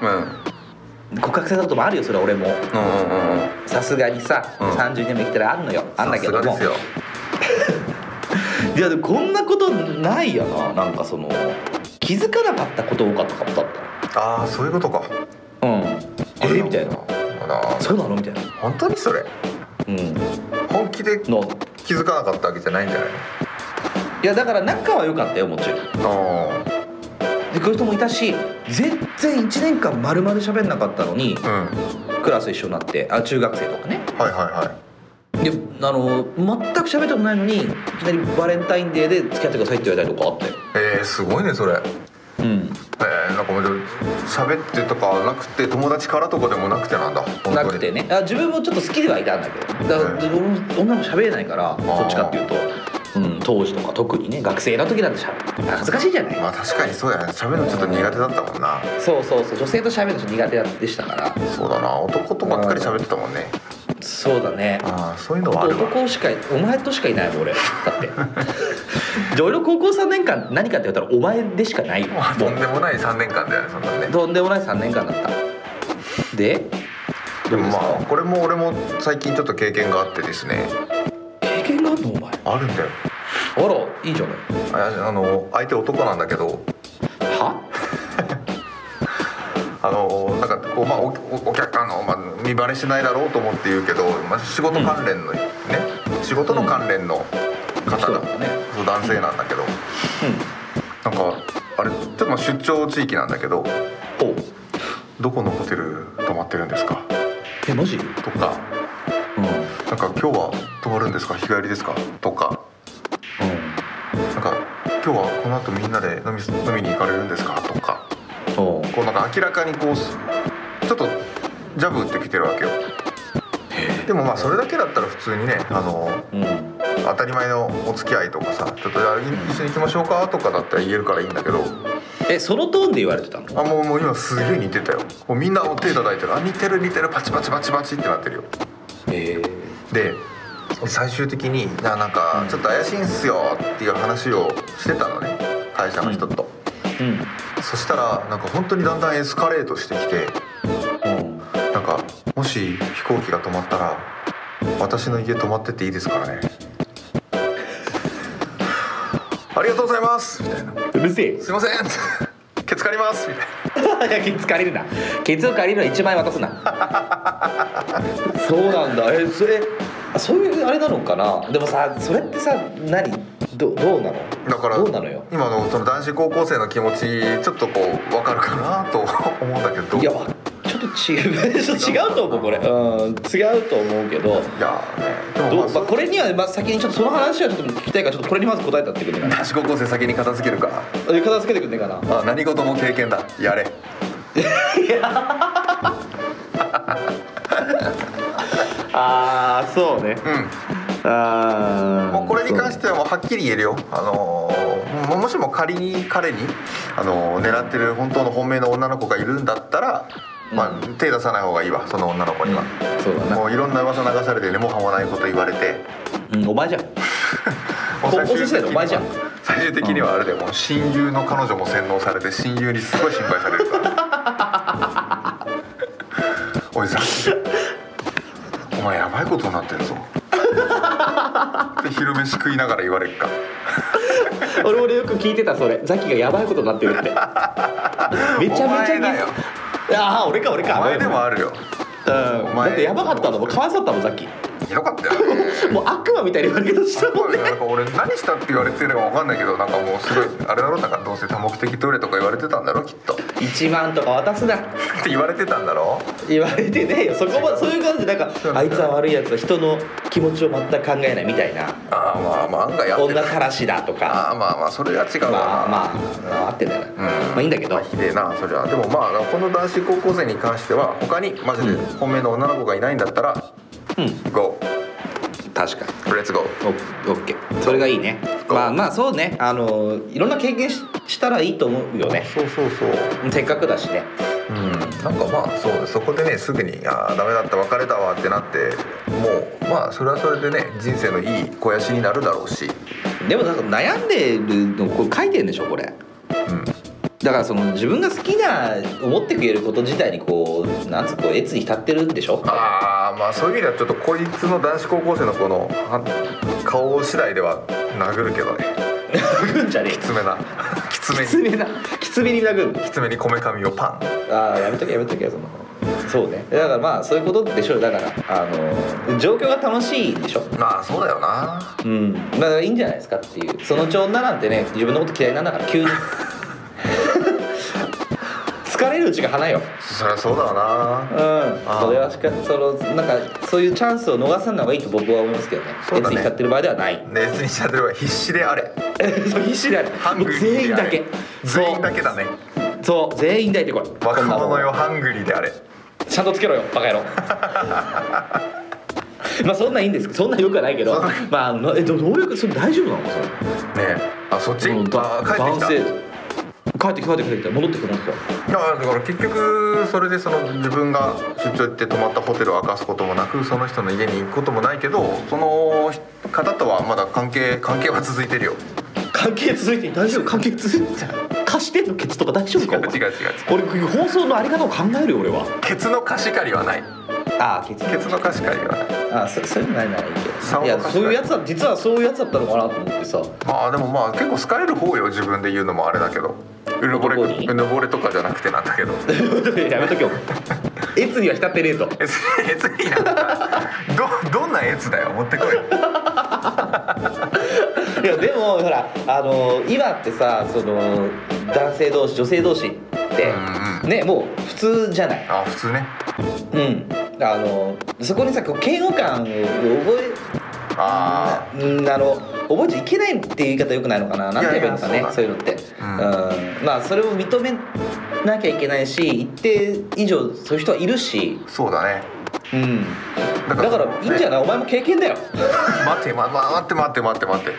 S1: うん
S2: 告白されたこともあるよそれは俺も
S1: うんうんうんうん
S2: さすがにさ、
S1: うん
S2: 30年も生きたらあるのよあんだけど
S1: さ
S2: も
S1: すがです
S2: いやでもこんなことないよななんかその気づかなかったこと多かったかもだっ
S1: よああそういうことか
S2: たうんえーみたいな
S1: あら
S2: そうなのみたいな
S1: 本当にそれ
S2: うん
S1: 本気で
S2: の
S1: 気づかなかったわけじゃないんじゃない
S2: いやだから仲は良かったよもちろん
S1: の
S2: でこういう人もいたし全然1年間丸々喋んなかったのに
S1: ああ
S2: クラス一緒になってあ中学生とかね
S1: うんはいはいはい
S2: であの全く喋ったことないのにいきなりバレンタインデーで付き合ってくださいって言われたりとかあったよ
S1: えー、すごいねそれ
S2: うん
S1: えー、なんかもうでも喋ってとかなくて友達からとかでもなくてなんだ本当に
S2: なくてねあ自分もちょっと好きではいたんだけどだから、俺も女の子喋れないからどっちかっていうと、うん、当時とか特にね学生の時なんてしゃ恥ずかしいじゃない、
S1: まあ確かにそうやね喋るのちょっと苦手だったもんな
S2: そうそうそう女性と喋るのちょっと苦手でしたから
S1: そうだな男とばっかり喋ってたもんね
S2: そうだね
S1: ああそういうのはあるわ
S2: 男しかお前としかいないもん俺だって じゃあ俺の高校3年間何かって言ったらお前でしかないよ
S1: まあとんでもない3年間だよねそんなんね
S2: とんでもない3年間だったで
S1: で
S2: どう
S1: も
S2: ですか
S1: まあこれも俺も最近ちょっと経験があってですね
S2: 経験があるのお前
S1: あるんだよ
S2: あらいいじゃない
S1: ああの相手男なんだけど
S2: は
S1: あのなんかこうまあおおお客あの、まあ、見バレしないだろうと思って言うけど、まあ、仕事関連のね、仕事の関連の方
S2: そう
S1: だ、
S2: だね
S1: そう男性なんだけど、なんかあれちょっとまあ出張地域なんだけど
S2: おう
S1: どこのホテル泊まってるんですか
S2: えマジうん
S1: とかなんか今日は泊まるんですか日帰りですかとかなんか今日はこの後みんなで飲み飲みに行かれるんですかとか
S2: うんうん
S1: こうなんか明らかにこうすちょっとジャブ打ってきてるわけよでもまあそれだけだったら普通にねあの
S2: うん
S1: 当たり前のお付き合いとかさちょっと一緒に行きましょうかとかだったら言えるからいいんだけど
S2: えそのトーンで言われてたの
S1: あもうもう今すげえ似てたよもうみんなお手叩いてるあ似てる似てるパチパチパチパチってなってるよ
S2: えー
S1: で最終的にななんかちょっと怪しいんすよっていう話をしてたのね会社の人と、そしたらなんか本当にだんだんエスカレートしてきてなんかもし飛行機が止まったら私の家泊まってっていいですからねありがとうございますみたいな
S2: うるせえ
S1: すいませんケツ借りますみたい
S2: い やケツ借りるなケツを借りるのは1万円渡すなそうなんだえそれあそういうあれなのかなでもさそれってさ何どどうなの
S1: なだから
S2: どうなのよ
S1: 今のその男子高校生の気持ちちょっとこう分かるかなと思うんだけど
S2: いやわちょっと違う ちょっと違うと思うこれうん違うと思うけど
S1: いやーねでも
S2: ど
S1: まあ
S2: う、
S1: そ
S2: まあ、これには、まあ、先にちょっとその話はちょっと聞きたいからちょっとこれにまず答えたってくれない
S1: 男子高校生先に片付けるか
S2: え片付けてくんねえかな
S1: あ何事も経験だやれ
S5: ああそうね
S1: う
S5: あ
S1: ん
S5: あ
S1: もうこれに関
S5: して
S1: してはもうはっきり言えるよあのーももしも仮に彼に、あのー狙ってる本当の本命の女の子がいるんだったら、まあ、手出さない方がいいわその女の子には、
S2: そうだな、
S1: もういろんな噂流されて根も葉もないこと言われて
S2: うん、お前じゃん
S1: もう
S2: 高校生時代のお前じゃん
S1: 最終的にはあれでもう親友の彼女も洗脳されて親友にすごい心配されるから おじさんお前やばいことになってるぞで昼飯食いながら言われるか
S2: 俺俺よく聞いてたそれザキがやばいことに なってるってめちゃめちゃ
S1: お前だよ
S2: ああ俺か俺か
S1: お前でもあるよ
S2: うん
S1: お前
S2: だってやばかったのもうかわいそうだったもんさっき
S1: ひどかったよね
S2: もう悪魔みたいな言われ方した もんね
S1: なんか俺何したって言われてるかわかんないけどなんかもうすごいあれだろなんかどうせ多目的トイレとか言われてたんだろきっとっ
S2: 1万とか渡すな
S1: て言われてたんだろ
S2: 言われてねえよそこまでそういう感じでなん
S1: そう
S2: か
S1: な
S2: あ
S1: ん
S2: い
S1: だ
S2: つ
S1: よ
S2: は悪いやつだ人の気持ちを全く考えないみたいな
S1: ああまあまあ案外やって
S2: 女
S1: る
S2: たらしだとか
S1: ああまあまあそれは違うわ
S2: まあまああってんだよな、まあいいんだけど、
S1: まあひでえなそれはでもまあこの男子高校生に関しては他にマジで本命の女の子がいないんだったら
S2: うん
S1: Go
S2: 確かに
S1: Let's go
S2: オッオッケーそれがいいねまあまあそうねあのいろんな経験ししたらいいと思うよね
S1: そうそうそう
S2: せっかくだしね
S1: うんなんかまあそうそこでねすぐに「ああダメだった別れたわ」ってなってもうまあそれはそれでね人生のいい肥やしになるだろうし
S2: でもなんか悩んでるのこれ書いてるんでしょこれ
S1: うん
S2: だからその自分が好きな思ってくれること自体にこうなんつうこう越に浸ってるんでしょ
S1: ああまあそういう意味ではちょっとこいつの男子高校生のこのは顔次第では殴るけどね
S2: 殴んじゃね
S1: きつめな きつめ
S2: えきつ
S1: に
S2: めなきつめに殴る
S1: きつめにこめかみをパン
S2: ああやめとけやめとけそのそうねだからまあそういうことでしょだからあの状況が楽しいでしょ
S1: まあそうだよな
S2: うんだからいいんじゃないですかっていうそのうち女なんてね自分のこと嫌いなんだから急に 疲れるうちが花よ
S1: そりゃそうだわな
S2: うん、それはしかそのなんかそういうチャンスを逃さない方がいいと僕は思いますけどね
S1: そうだね
S2: に立ってる場合ではない
S1: 熱にしちゃってれば必死であれ
S2: そう必死であれ
S1: ハン
S2: も
S1: グ
S2: う
S1: リーであれ
S2: 全員だけ
S1: 全員だけだね
S2: そうそう全員だけでこい
S1: 若者よ
S2: よ
S1: ハングリーであれ
S2: ちゃんとつけろよバ カ野郎まあそんなんいいんですけどそんなんよくはないけど
S1: そんな
S2: まあまあえどどういうことそれ大丈夫なのそれ
S1: ねえあそっち、
S2: うん
S1: あ帰ってきた
S2: 男性帰ってきた帰ってきた帰ってきた戻ってきた戻ってきた
S1: いやだから結局それでその自分が出張行って泊まったホテルを明かすこともなくその人の家に行くこともないけどその方とはまだ関係関係は続いてるよ
S2: 関係続いて大丈夫関係続いて貸してんのケツとか大丈夫
S1: 違
S2: か
S1: う
S2: お
S1: 違
S2: 前
S1: う違う
S2: 俺放送のあり方を考えるよ俺は
S1: ケツの貸し借りはない
S2: ああケツ
S1: ケツの貸し借りはない
S2: あそそういうのないならいいけ
S1: 竿の
S2: どいや
S1: 貸し
S2: そういうやつは実はそういうやつだったのかなと思ってさ
S1: まあでもまあ結構好かれる方よ自分で言うのもあれだけどうぬぼれ
S2: 男に
S1: うぬぼれとかじゃなくてなん だけど
S2: やめとけよエツには浸ってねえと
S1: えつえつになんだどどんなやつだよ持ってこいよ
S2: いやでもほらあの今ってさその男性同士女性同士って
S1: うんうん
S2: ねもう普通じゃない
S1: あ普通ね
S2: うんあのそこにさこう嫌悪感を覚
S1: あ
S2: えうんあの覚えちゃいけないっていう言い方よくないのかななんて言えばいいのか
S1: いや
S2: ね
S1: いや
S2: そ
S1: そうう
S2: いうのって、
S1: う
S2: うん
S1: ん
S2: まあそれを認めなきゃいけないし一定以上そういう人はいるし
S1: あそうだね
S2: うん
S1: だ
S2: だからいいんじゃないお前も経験だよ
S1: 待って、ま、ま待って待って待って待ってい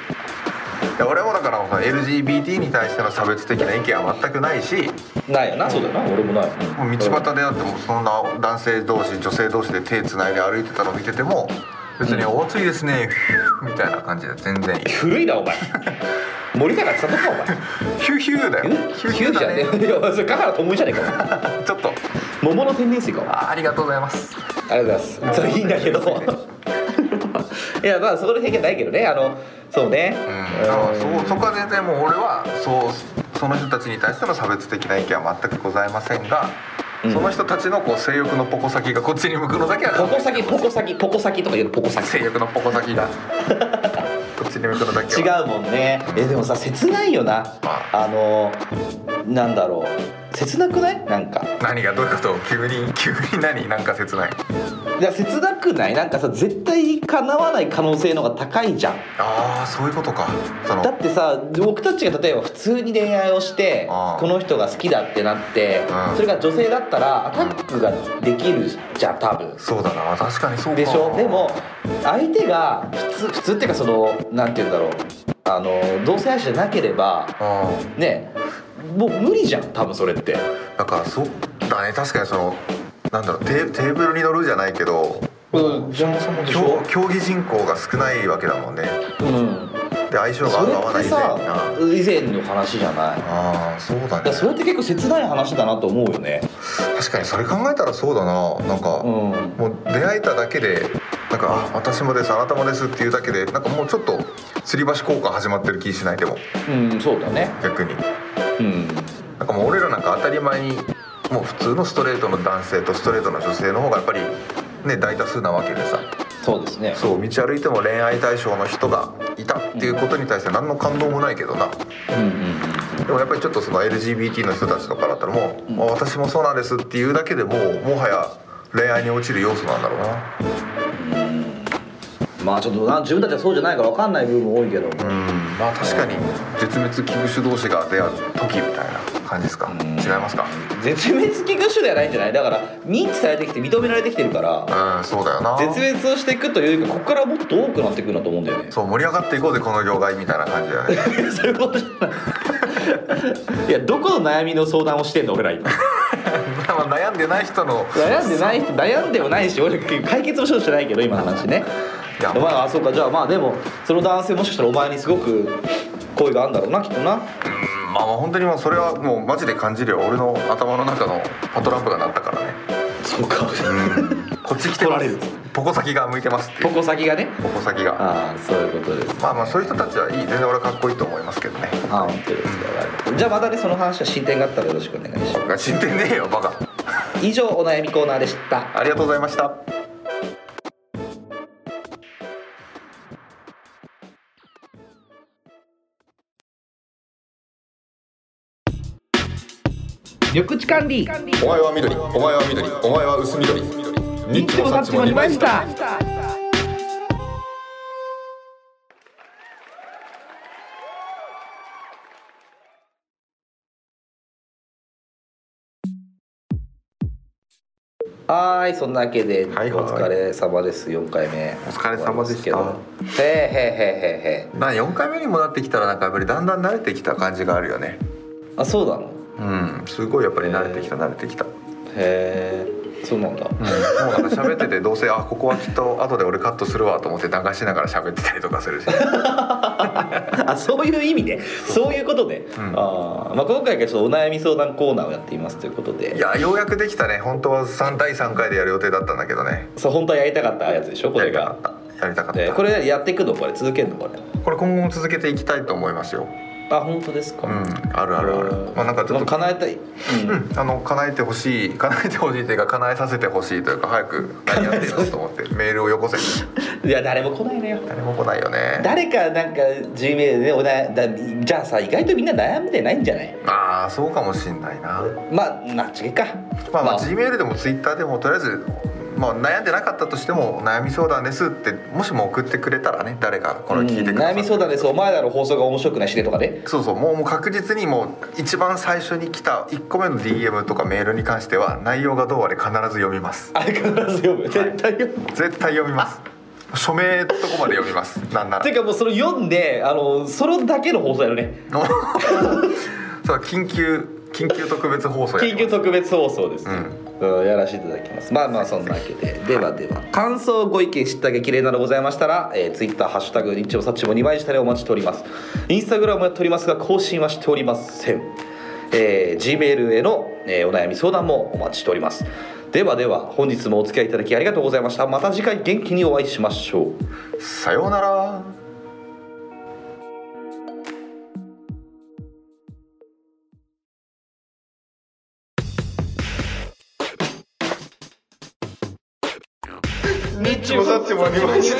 S1: や俺もだからさ LGBT に対しての差別的な意見は全くないし
S2: ないよなそうだよな俺もない
S1: もう道端であってもそんな男性同士女性同士で手つないで歩いてたの見てても別に「お暑いですね」みたいな感じで全然いい
S2: 古いなお前森高千里か
S1: 「ヒューヒュー」だ
S2: お
S1: よ「
S2: 前ヒューじゃねえいやそれ香川智美じゃねえか
S1: ちょっと
S2: お前桃の天然水かお前
S1: あありがとうございます
S2: ありがとうございます。それいいんだけど。 いやまあそこの経験ないけどねあのそうね。
S1: うんだからそそこは全然もう俺はそうその人たちに対しての差別的な意見は全くございませんが、
S2: うん
S1: その人たちのこう性欲の矛先がこっちに向くのだけは
S2: ポコ先ポコ先ポコ先とか言うのポコ先。
S1: 性欲の矛先がこっちに向くのだけ
S2: 違
S1: は
S2: うもんね。えでもさ切ないよな。あのなんだろう切なくないなんか。
S1: 何がどういうこと急に急に何なんか切ない
S2: いや切なくないなんかさ絶対叶わない可能性の方が高いじゃん。
S1: ああそういうことかその
S2: だってさ僕たちが例えば普通に恋愛をして
S1: ああ
S2: この人が好きだってなって
S1: うん
S2: それが女性だったらアタックができるじゃん多分。
S1: そうだな確かにそうか
S2: でしょでも相手が普通普通っていうかそのなんて言うんだろうあの同性愛者じゃなければ
S1: うん
S2: ねもう無理じゃん多分それって
S1: だからそうだね確かにそのなんだろうテーテーブルに乗るじゃないけど
S2: うんそもそもでし
S1: 競
S2: ょ
S1: 競技人口が少ないわけだもんね
S2: うん
S1: で相性が
S2: そ
S1: 合う
S2: れ
S1: 合わ
S2: っ
S1: な
S2: て
S1: い以前
S2: さ
S1: にな
S2: 以前の話じゃないだか
S1: ああそうだね
S2: らそれって結構切ない話だなと思うよね
S1: 確かにそれ考えたらそうだななんか、
S2: うん
S1: もう出会えただけでなんか「あ私もですあなたもです」っていうだけでなんかもうちょっと吊り橋効果始まってる気しないでも
S2: うんそうだね
S1: 逆に
S2: うん
S1: なんかもう俺らなんか当たり前にもう普通のストレートの男性とストレートの女性の方がやっぱりね大多数なわけでさ
S2: そうですね
S1: そう道歩いても恋愛対象の人がいたっていうことに対して何の感動もないけどな
S2: うんうん
S1: でもやっぱりちょっとその LGBT の人たちとかだったらもう、あ私もそうなんですっていうだけでもうもはや恋愛に落ちる要素なんだろうな
S2: うんまあちょっとな自分たちはそうじゃないから分かんない部分多いけど
S1: うんまあ確かに絶滅危惧種同士が出会う時みたいな感じですか
S2: ん
S1: 違いますか
S2: 絶滅危惧種ではないんじゃないだから認知されてきて認められてきてるから
S1: うんそうだよな
S2: 絶滅をしていくというよりかここからもっと多くなっていくんだと思うんだよね
S1: そう盛り上がっていこうぜこの業界みたいな感じだよね
S2: そういうことじゃない いやどこの悩みの相談をしてんの俺ら今
S1: まあ悩んでない人の
S2: 悩んでない人悩んでもないし俺解決もしようとしてないけど今の話ね
S1: いや
S2: でまああそうかじゃあまあでもその男性もしかしたらお前にすごく恋があるんだろうなきっとな
S1: うんまあまあ本当にもうそれはもうマジで感じるよ俺の頭の中のパトランプが鳴ったからね
S2: そう か
S1: うんこっち来て
S2: 取
S1: ま
S2: られ
S1: す
S2: る
S1: ポコ先が向いてますってい
S2: こ
S1: う
S2: こ先がね
S1: ポコ先が
S2: ああそういうことです
S1: まあまあそういう人たちはいい全然俺はかっこいいと思いますけどね
S2: ああ本当ですかわかるじゃあまたねその話は進展があったらよろしくお願いしま
S1: 死んでねえよバカ
S2: す以上お悩みコーナーでした
S1: ありがとうございました
S6: 緑地管理
S1: お前は緑お前は緑お前は薄緑日
S6: でもさっちもいました
S2: はーい、そんなわけで、
S1: はいはい
S2: お疲れ様です。四回目。お
S1: 疲れ様でした
S2: へえへえへえへえ。
S1: な4回目にもなってきたらなんかやっぱりだんだん慣れてきた感じがあるよね
S2: あ、そうなの。
S1: うんすごいやっぱり慣れてきた慣れてきた、うん、も
S2: へえ。そうなんだ。
S1: うなんか喋っててどうせあここはきっと後で俺カットするわと思って流しながら喋ってたりとかするし
S2: あ、そういう意味で、そういうことで。
S1: ん
S2: ああ、まあ今回がちょっとお悩み相談コーナーをやっていますということで。
S1: いやようやくできたね本当は3第3回でやる予定だったんだけどね
S2: そう本当はやりたかったやつでしょ、こ
S1: や
S2: れ
S1: りたか
S2: が
S1: っ。たやりたかった、
S2: えーこれやっていくのこれ続けるのこれ
S1: これ今後も続けていきたいと思いますよ
S2: あ本当です
S1: う
S2: か、
S1: んあるあるあるまあなんかちょっと
S2: 叶えたい、う
S1: う
S2: ん
S1: ん、あの叶えてほしい叶えてほしいというか叶えさせてほしいというか早く何やってるのと思 ってメールをよこせ
S2: いや誰も来ないのよ
S1: 誰も来ないよね
S2: 誰かなんか G メールでおなだじゃあさ意外とみんな悩んでないんじゃない
S1: まあそうかもしんないな
S2: まあなっちげか
S1: まあまあ
S2: まあ
S1: G メールでも Twitter でもとりあえずまあ、悩んでなかったとしても悩み相談ですってもしも送ってくれたらね誰かこれを聞いてくださ
S2: 悩
S1: い、
S2: み相談ですお前らの放送が面白くないしねとかね
S1: そうそうもうもう確実にもう一番最初に来た1個目の DM とかメールに関しては内容がどうあれ必ず読みます
S2: あれ必ず読む絶対読む、
S1: 絶対読みます署名のとこまで読みますなんなら
S2: ていうかもうそれ読んであのそれだけの放送やるね
S1: お そう緊急緊急特別放送やり
S2: 緊
S1: ます
S2: 急特別放送です、
S1: うん
S2: うんやらせていただきますまあまあそんなわけで、ではでは感想ご意見知ったげきれいなのございましたら、えー、ツイッターハッシュタグ日曜さっちも2枚下でお待ちしておりますインスタグラムもやっておりますが更新はしておりません、えー、Gmail への、えーお悩み相談もお待ちしておりますではでは本日もお付き合いいただきありがとうございましたまた次回元気にお会いしましょう
S1: さようなら日曜さっちも2枚下